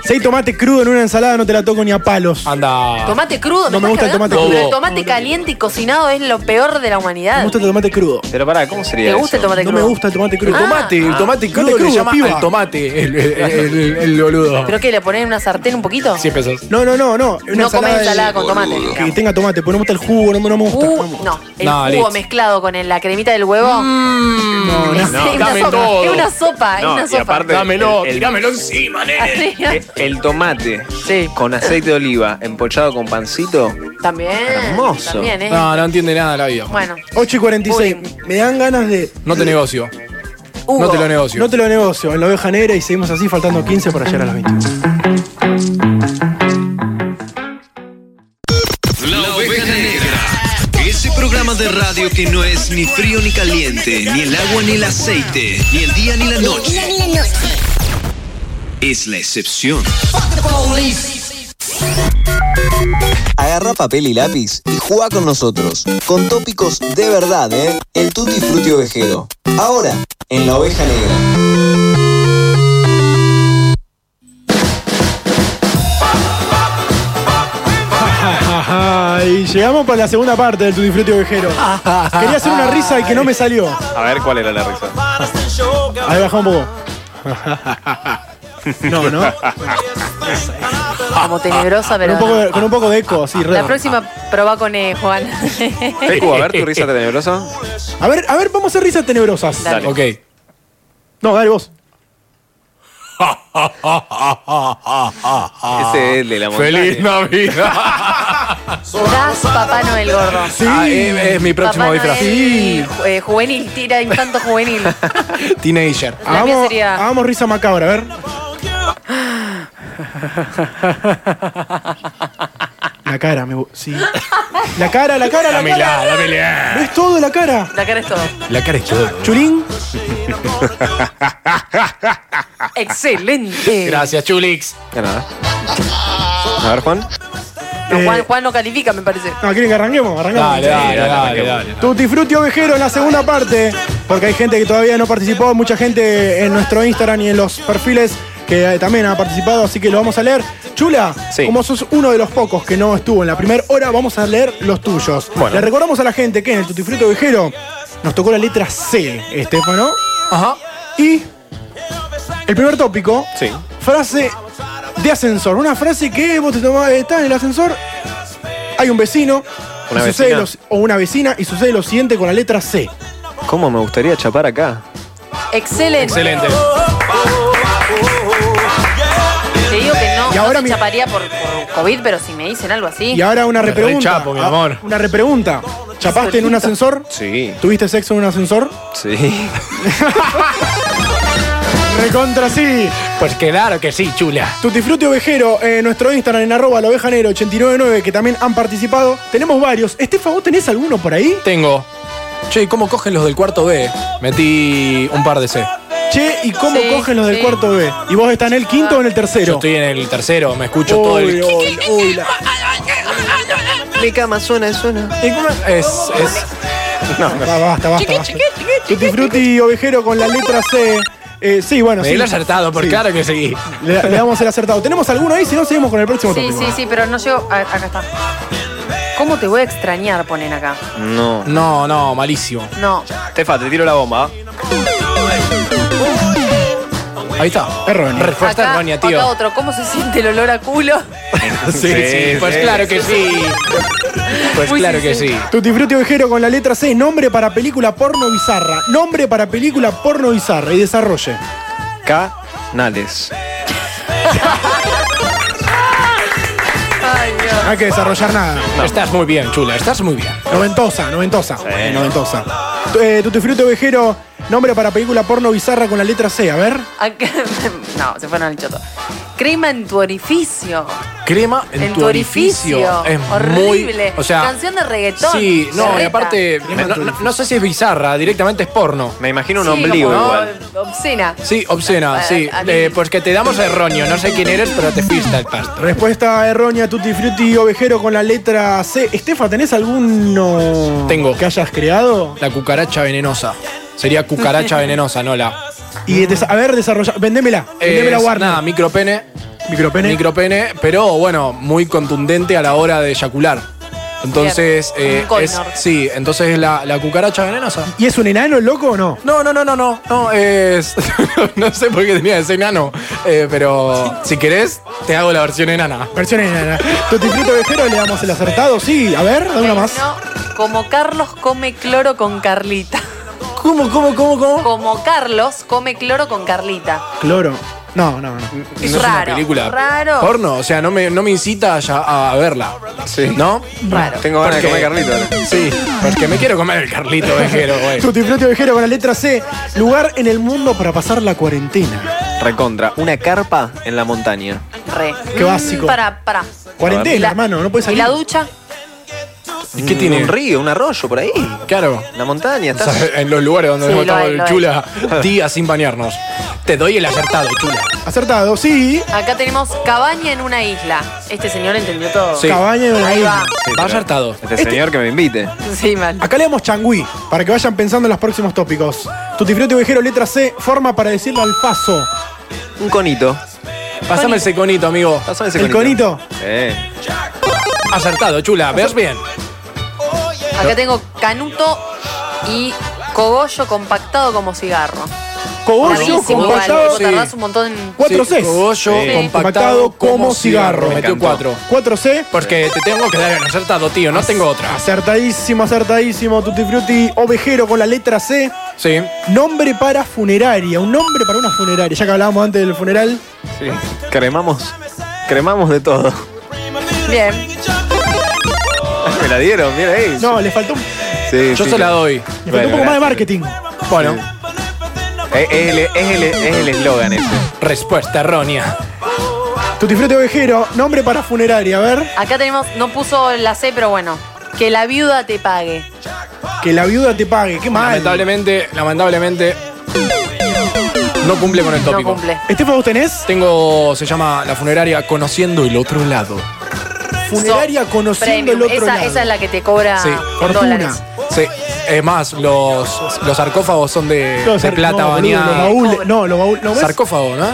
J: Si hay tomate crudo en una ensalada, no te la toco ni a palos.
E: Anda.
K: Tomate crudo,
J: No
K: ¿me
J: me gusta
K: estás
J: el tomate
K: cargando?
J: crudo.
K: El tomate caliente y cocinado es lo peor de la humanidad.
J: Me gusta el tomate crudo.
B: Pero pará, ¿cómo sería
K: ¿Te gusta el
B: eso?
K: tomate
J: No
K: crudo? Ah.
J: me gusta el tomate
E: El
J: crudo.
E: tomate, el tomate crudo, le llama
J: piba.
E: al tomate, el, el, el- el boludo.
K: ¿Pero qué? ¿Le ponen en una sartén un poquito?
E: 100 pesos.
J: No, no, no, no. Una
K: no comes
J: de-
K: ensalada con tomate.
J: Que tenga tomate, porque no me gusta el jugo, no, no me gusta.
K: Uh, no, el
E: No,
K: jugo
E: listo.
K: mezclado con el- la cremita del huevo. Mm. *laughs*
J: no,
K: es,
E: no.
K: una
E: Dame
K: sopa,
E: todo.
K: es una sopa,
B: No,
K: es una
B: y
K: sopa.
B: aparte,
E: Dámelo,
B: el- el-
E: tirámelo encima, nene.
K: Así,
B: Eh, El tomate
K: Sí.
B: con aceite de oliva empochado con pancito.
K: También.
B: Hermoso.
K: También, ¿eh?
E: No, no entiende nada la vida.
K: Bueno,
J: 8 y 46. Me dan ganas de.
E: No te negocio.
K: Hugo.
E: No te lo negocio.
J: No te lo negocio. En la oveja negra y seguimos así, faltando 15 para llegar a las 20.
P: La oveja negra. Ese programa de radio que no es ni frío ni caliente, ni el agua ni el aceite, ni el día ni la noche. Es la excepción.
O: Agarra papel y lápiz y juega con nosotros, con tópicos de verdad, ¿eh? El Tutti Frutti Ovejero. Ahora, en La Oveja Negra.
J: Ajá, y llegamos para la segunda parte del Tutti Frutti Ovejero. Quería hacer una risa y que no me salió.
B: A ver cuál era la risa.
J: Ahí bajá un poco. No, ¿no?
K: como
E: *laughs*
K: tenebrosa,
J: Con
K: pero.
J: un poco de, con un poco de eco, así, re.
K: La próxima probá con eh, Juan.
B: Pecu, a ver tu risa tenebrosa.
J: A ver, a ver, vamos a hacer risas tenebrosas.
K: Dale.
E: Ok.
J: No, dale vos.
B: Ese es el de la montaña.
E: Feliz Navidad.
K: Das Papá Noel gordo.
E: Ah, eh, es mi próximo
K: Papá
E: disfraz.
K: Noel, ju- eh, juvenil, tira infanto
E: *laughs*
K: juvenil.
E: Teenager.
K: La mía
J: Hagamos,
K: sería-
J: hagamos risa macabra, a ver. La cara, me. bu- Sí. La cara, la cara, la cara.
E: Dámela, dámela.
J: No es todo la cara.
K: La cara es todo.
E: La cara es todo.
J: Chulín.
K: Excelente.
E: Gracias, Chulix.
B: De nada. A ver, Juan.
K: No,
J: Eh,
K: Juan, Juan no califica, me parece.
J: No, Ah, ¿quieren que arranquemos? Arranquemos.
E: Dale, dale,
B: dale,
E: dale,
B: dale.
E: dale.
J: Tutti Frutti Ovejero en la segunda parte, porque hay gente que todavía no participó, mucha gente en nuestro Instagram y en los perfiles que eh, también ha participado, así que lo vamos a leer. Chula,
B: Sí.
J: como sos uno de los pocos que no estuvo en la primera hora, vamos a leer los tuyos.
B: Bueno.
J: Le recordamos a la gente que en el Tutti Frutti Ovejero nos tocó la letra C, Estefano,
E: Ajá.
J: y el primer tópico,
B: Sí.
J: frase de ascensor. Una frase que vos te tomás, estás en el ascensor, hay un vecino,
B: Una
J: y sucede
B: vecina.
J: lo- o una vecina, y sucede lo siguiente con la letra C.
B: ¿Cómo me gustaría chapar acá?
K: Excelente.
E: Excelente.
K: Te digo que no.
J: Y ahora
K: se
J: mi-
K: chaparía por, por COVID, pero si me dicen algo así.
J: Y ahora una
K: Me
J: repregunta.
E: rechapo, mi
J: Ah,
E: amor.
J: Una repregunta. ¿Chapaste en un ascensor?
B: Sí.
J: ¿Tuviste sexo en un ascensor?
B: Sí.
J: Recontra sí.
E: Pues claro que sí, chula.
J: Tutifruti Ovejero, eh, nuestro Instagram en arroba la oveja negra 899, que también han participado. Tenemos varios. Estefa, ¿vos tenés alguno por ahí?
E: Tengo. Che, ¿y cómo cogen los del cuarto B? Metí un par de C.
J: Che, ¿y cómo
E: Sí,
J: cogen los del
E: sí.
J: cuarto B? ¿Y vos estás en el quinto o en el
E: Yo
J: tercero?
E: estoy en el tercero, me escucho todo el.
J: Uy, uy, uy, la-
M: Mi cama suena, suena.
E: ¿Y cómo es? es...
J: Eh, No, basta, basta, basta. Tutifruti Ovejero con la letra C. Eh, sí, bueno,
E: Me
J: sí.
E: di el acertado, por
J: Sí.
E: claro que sí.
J: Le, le damos el acertado. ¿Tenemos alguno ahí? Si no, seguimos con el próximo
K: Sí,
J: tópico.
K: sí, sí, pero no llego. a- acá está. ¿Cómo te voy a extrañar? Ponen acá.
B: No.
E: No, no, malísimo.
K: No.
B: Tefa, te tiro la bomba.
E: Ahí está.
J: Erróneo.
E: Respuesta
K: acá,
E: errónea, tío.
K: acá otro. ¿Cómo se siente el olor a culo? *laughs*
E: Sí, sí, pues claro que sí. Pues
J: Uy,
E: claro que sí.
J: Tutti Frutti Ovejero con la letra C, nombre para película porno bizarra. Nombre para película porno bizarra y desarrolle.
B: Canales.
K: Ay, Dios.
J: No hay que desarrollar nada.
E: Estás muy bien, chula, estás muy bien.
J: Noventosa, noventosa. Eh, Noventosa. Tu- eh, Tutti Frutti Ovejero, nombre para película porno bizarra con la letra C, a ver.
K: Acá- *laughs* no, se fueron al choto. Crema en tu orificio.
E: Crema en, tu orificio. Es
K: Horrible.
E: muy. O sea.
K: Canción de reggaetón.
E: Sí, no, y
K: berreta.
E: aparte,
K: Crema en
E: no,
K: tu
E: no- no sé si es bizarra, directamente es porno.
B: Me imagino
K: Sí, como Obscena.
E: Sí, obscena, sí.
K: A- a-
E: Eh, pues que te damos erróneo, no sé quién eres, pero te fuiste al pasto.
J: Respuesta errónea, Tutti Frutti Ovejero con la letra C. Estefa, ¿tenés alguno
E: Tengo.
J: que hayas creado?
E: La cucaracha venenosa. Sería cucaracha venenosa, no la.
J: Y desa- a ver, desarrolla. Vendémela. Vendémela,
E: Mm. Es,
J: Warner.
E: Nada, micropene.
J: Micropene.
E: Micropene, pero bueno, muy contundente a la hora de eyacular. Entonces,
K: Bien.
E: eh,
K: Un
E: es,
K: coinor.
E: sí, entonces es la, la cucaracha venenosa.
J: ¿Y es un enano, loco o no?
E: No, no, no, no, no, no, es... *laughs* no sé por qué tenía ese enano, eh, pero si querés, te hago la versión enana.
J: Versión enana. Tutti Frutti Ovejero le damos el acertado, sí. A ver, dame una más.
K: No, como Carlos come cloro con Carlita.
J: ¿Cómo, cómo, cómo, cómo?
K: Como Carlos come cloro con Carlita.
J: Cloro. No, no, no.
E: es una
K: raro,
E: película
K: raro.
E: porno, o sea, no me, no me incita a, ya- a verla,
B: Sí.
E: ¿no?
K: Raro.
B: Tengo ganas de
E: Porque-
B: comer Carlito. ¿eh? ahora.
E: Sí, porque me quiero comer el Carlito Vejero, güey.
J: Tutti Frutti Ovejero con la letra C. Lugar en el mundo para pasar la cuarentena.
B: Recontra. Una carpa en la montaña.
K: Re.
J: Qué básico.
K: Para, para.
J: Cuarentena, hermano, no
K: ¿Y
J: puedes salir.
K: la ducha?
E: ¿Y qué tiene?
B: Un río, un arroyo por ahí.
E: Mm, Claro.
B: La montaña.
E: O
B: Estás...
E: sea, en los lugares donde
K: Sí,
E: hemos
K: lo
E: estado
K: hay, lo hay.
E: chula días sin bañarnos. Te doy el acertado, chula.
J: Acertado, sí.
K: Acá tenemos cabaña en una isla. Este señor entendió todo.
E: Sí.
J: Cabaña de una
K: Ahí
J: isla.
K: va.
B: Sí,
E: Va
B: pero
E: acertado.
B: Este, señor que me invite.
K: Sí, mal.
J: Acá le damos changüí, para que vayan pensando en los próximos tópicos. Tutti Frutti Ovejero, letra C. Forma para decirle al faso.
B: Un conito.
E: Pásame ese conito, amigo.
B: Pásame ese
J: ¿El
B: conito.
J: conito?
B: Eh.
E: Acertado, chula. ¿Ves bien?
K: Acá tengo canuto y cogollo compactado como cigarro.
J: Cogollo
K: Rarísimo, igual.
J: compactado.
K: Vos Tardás un montón en...
J: Cuatro
E: Sí,
J: Cs.
E: Cogollo
B: Sí.
E: compactado como cigarro.
J: Me
E: Metió
B: encantó.
E: cuatro.
J: 4C.
E: Porque te tengo que dar el acertado, tío. No tengo otra.
J: Acertadísimo, acertadísimo. Tutti Frutti Ovejero con la letra C.
E: Sí.
J: Nombre para funeraria. Un nombre para una funeraria. Ya que hablábamos antes del funeral.
B: Sí. Cremamos. Cremamos de todo.
K: Bien.
B: me la dieron, mira ahí.
J: No, le faltó, un-
B: Sí,
E: Yo
B: sí.
E: se la doy.
J: le faltó
B: Bueno,
J: un poco más
B: gracias.
J: de marketing.
E: Bueno,
B: Eh, Es, es el- es el- es el eslogan ese.
E: respuesta errónea.
J: Tutti Frutti Ovejero. Nombre para funeraria. A ver.
K: Acá tenemos, no puso la C, pero bueno. Que la viuda te pague.
J: Que la viuda te pague. Qué mal.
E: Lamentablemente, lamentablemente. No cumple con el
K: No
E: tópico.
K: cumple.
J: Estefa, ¿vos tenés?
E: Tengo, se llama la funeraria Conociendo el otro lado.
J: Funeraria
K: So,
J: conociendo el
K: premium.
J: otro
K: esa,
J: lado.
K: esa es la que te cobra
E: Sí,
K: en
J: fortuna.
K: dólares.
E: Sí, es más, los, los sarcófagos son de,
J: Los
E: de
J: ar-
E: plata
J: no, boludo, Los
E: bañada.
J: baúles. No, los baúles. ¿No ves?
E: Sarcófago, ¿no?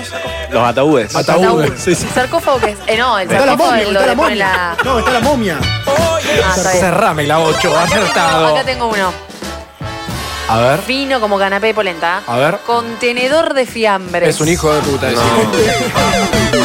B: Los ataúdes.
E: Ataúd.
K: Ataúd.
J: Sí, sí.
K: El sarcófago que es. Eh, no, el
J: Está la
K: sarcófago
J: momia,
K: es lo
J: está
K: de
J: la
K: poner
J: momia.
K: la.
J: No, está la momia.
K: Ah, está bien.
E: Cerrame la 8, acertado.
K: Acá tengo uno.
E: A ver,
K: Vino como canapé de polenta.
E: a ver.
K: Contenedor de fiambres.
E: Es un hijo de puta. ese.
K: Es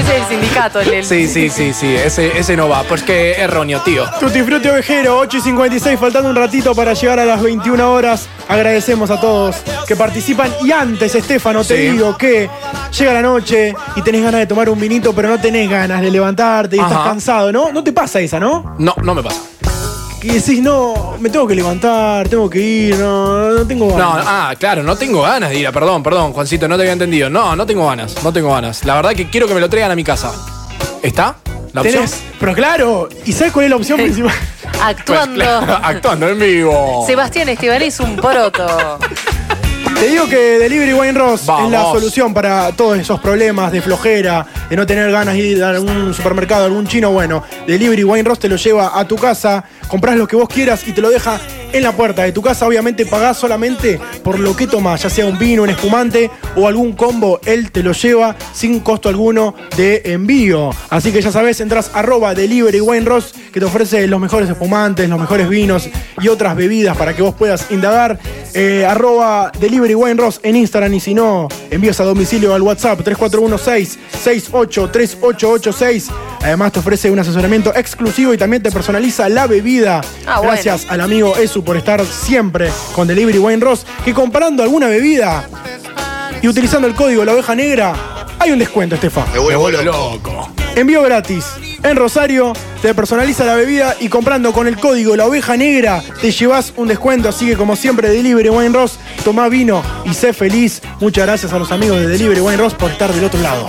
K: Ese es el sindicato, el, el-
E: Sí, sí, sí, sí, ese, ese no va, porque es erróneo, tío.
J: Tutti Frutti Ovejero, 8 y 56, faltando un ratito para llegar a las 21 horas. Agradecemos a todos que participan. Y antes, Estefano, te
E: Sí.
J: digo que llega la noche y tenés ganas de tomar un vinito, pero no tenés ganas de levantarte y estás
E: Ajá.
J: cansado, ¿no? No te pasa esa, ¿no?
E: No, no me pasa.
J: Que decís, no, me tengo que levantar, tengo que ir, no, no tengo
E: No,
J: ganas.
E: ah, claro, no tengo ganas de ir. ah, Perdón, perdón, Juancito, no te había entendido. No, no tengo ganas, no tengo ganas. La verdad que quiero que me lo traigan a mi casa. ¿Está? ¿La opción?
J: Tenés- pero claro, ¿y sabes cuál es
K: *laughs*
J: la opción principal?
E: Pues,
K: actuando.
E: claro, *laughs* actuando en vivo.
K: Sebastián Esteban es un poroto.
J: Te digo que Delivery Wine Ross es la
E: Vamos.
J: solución para todos esos problemas de flojera, de no tener ganas de ir a algún supermercado, a algún chino. Bueno, Delivery Wine Ross te lo lleva a tu casa, compras lo que vos quieras y te lo deja en la puerta de tu casa. Obviamente pagás solamente por lo que tomás, ya sea un vino, un espumante o algún combo. Él te lo lleva sin costo alguno de envío. Así que ya sabes, entras arroba Delivery Wine Ross que te ofrece los mejores espumantes, los mejores vinos y otras bebidas para que vos puedas indagar. Eh, arroba Delivery Wine Ross en Instagram y si no, envíos a domicilio al WhatsApp 3416-683886. Además te ofrece un asesoramiento exclusivo y también te personaliza la bebida.
K: Ah, bueno.
J: Gracias al amigo Esu por estar siempre con Delivery Wine Ross, que comprando alguna bebida y utilizando el código La Oveja Negra, hay un descuento, Estefa.
H: Me vuelvo loco.
E: Loco.
J: Envío gratis. En Rosario te personaliza la bebida y comprando con el código La Oveja Negra te llevas un descuento. Así que como siempre, Delivery Wine Ross, tomá vino y sé feliz. Muchas gracias a los amigos de Delivery Wine Ross por estar del otro lado.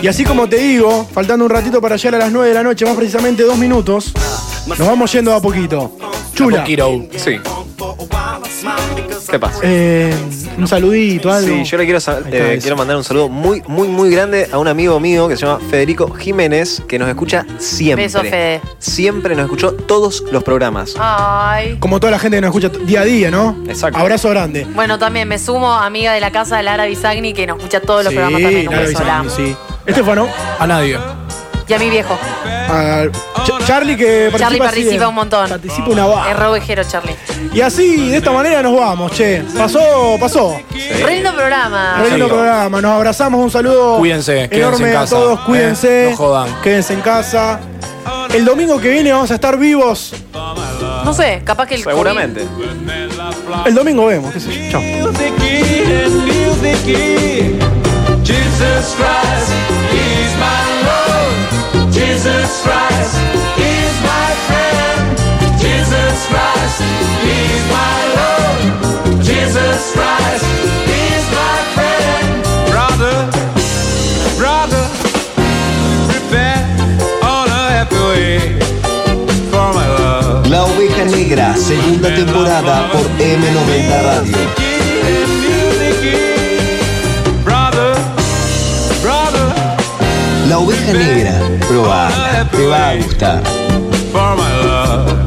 J: Y así como te digo, faltando un ratito para llegar a las 9 de la noche, más precisamente dos minutos, nos vamos yendo a poquito. Chula.
B: Sí. ¿Qué pasa?
J: eh, un saludito, algo.
B: Sí, yo le quiero, sa-
J: Ahí
B: eh,
J: está eso.
B: quiero mandar un saludo muy, muy, muy grande a un amigo mío que se llama Federico Jiménez, que nos escucha siempre.
K: Beso, Fede.
B: Siempre nos escuchó todos los programas.
K: Ay.
J: Como toda la gente que nos escucha día a día, ¿no?
B: Exacto.
J: Abrazo grande.
K: Bueno, también me sumo, amiga de la casa, Lara Bisagni, que nos escucha todos los
J: Sí,
K: programas también. Un
J: Lara
K: beso,
J: Bisagni,
K: la
J: sí. Estefano.
E: A nadie.
K: Y a mi viejo.
J: Este a Ch- Charlie que participa.
K: Charlie
J: así de-
K: participa un montón.
J: Participa una va-
K: Es robejero, Charlie.
J: Y así, de esta manera nos vamos, che. Pasó, pasó.
K: Re lindo programa.
J: Re lindo programa. Nos abrazamos, un saludo.
E: Cuídense, quédense
J: enorme
E: en casa,
J: a todos,
E: eh,
J: cuídense.
E: no jodan.
J: Quédense en casa. El domingo que viene vamos a estar vivos.
K: No sé, capaz que el COVID-
B: Seguramente.
J: El domingo vemos, qué sé yo. Chao.
L: Jesus Christ is my Lord. Jesus Christ is my friend. Jesus Christ is my Lord. Jesus Christ is my friend. Brother, brother, prepare on a happy way for my love.
O: La Oveja Negra, segunda temporada por M90 Radio.
L: Brother, brother,
O: La Oveja Negra, probá, te va a gustar.
L: for my love.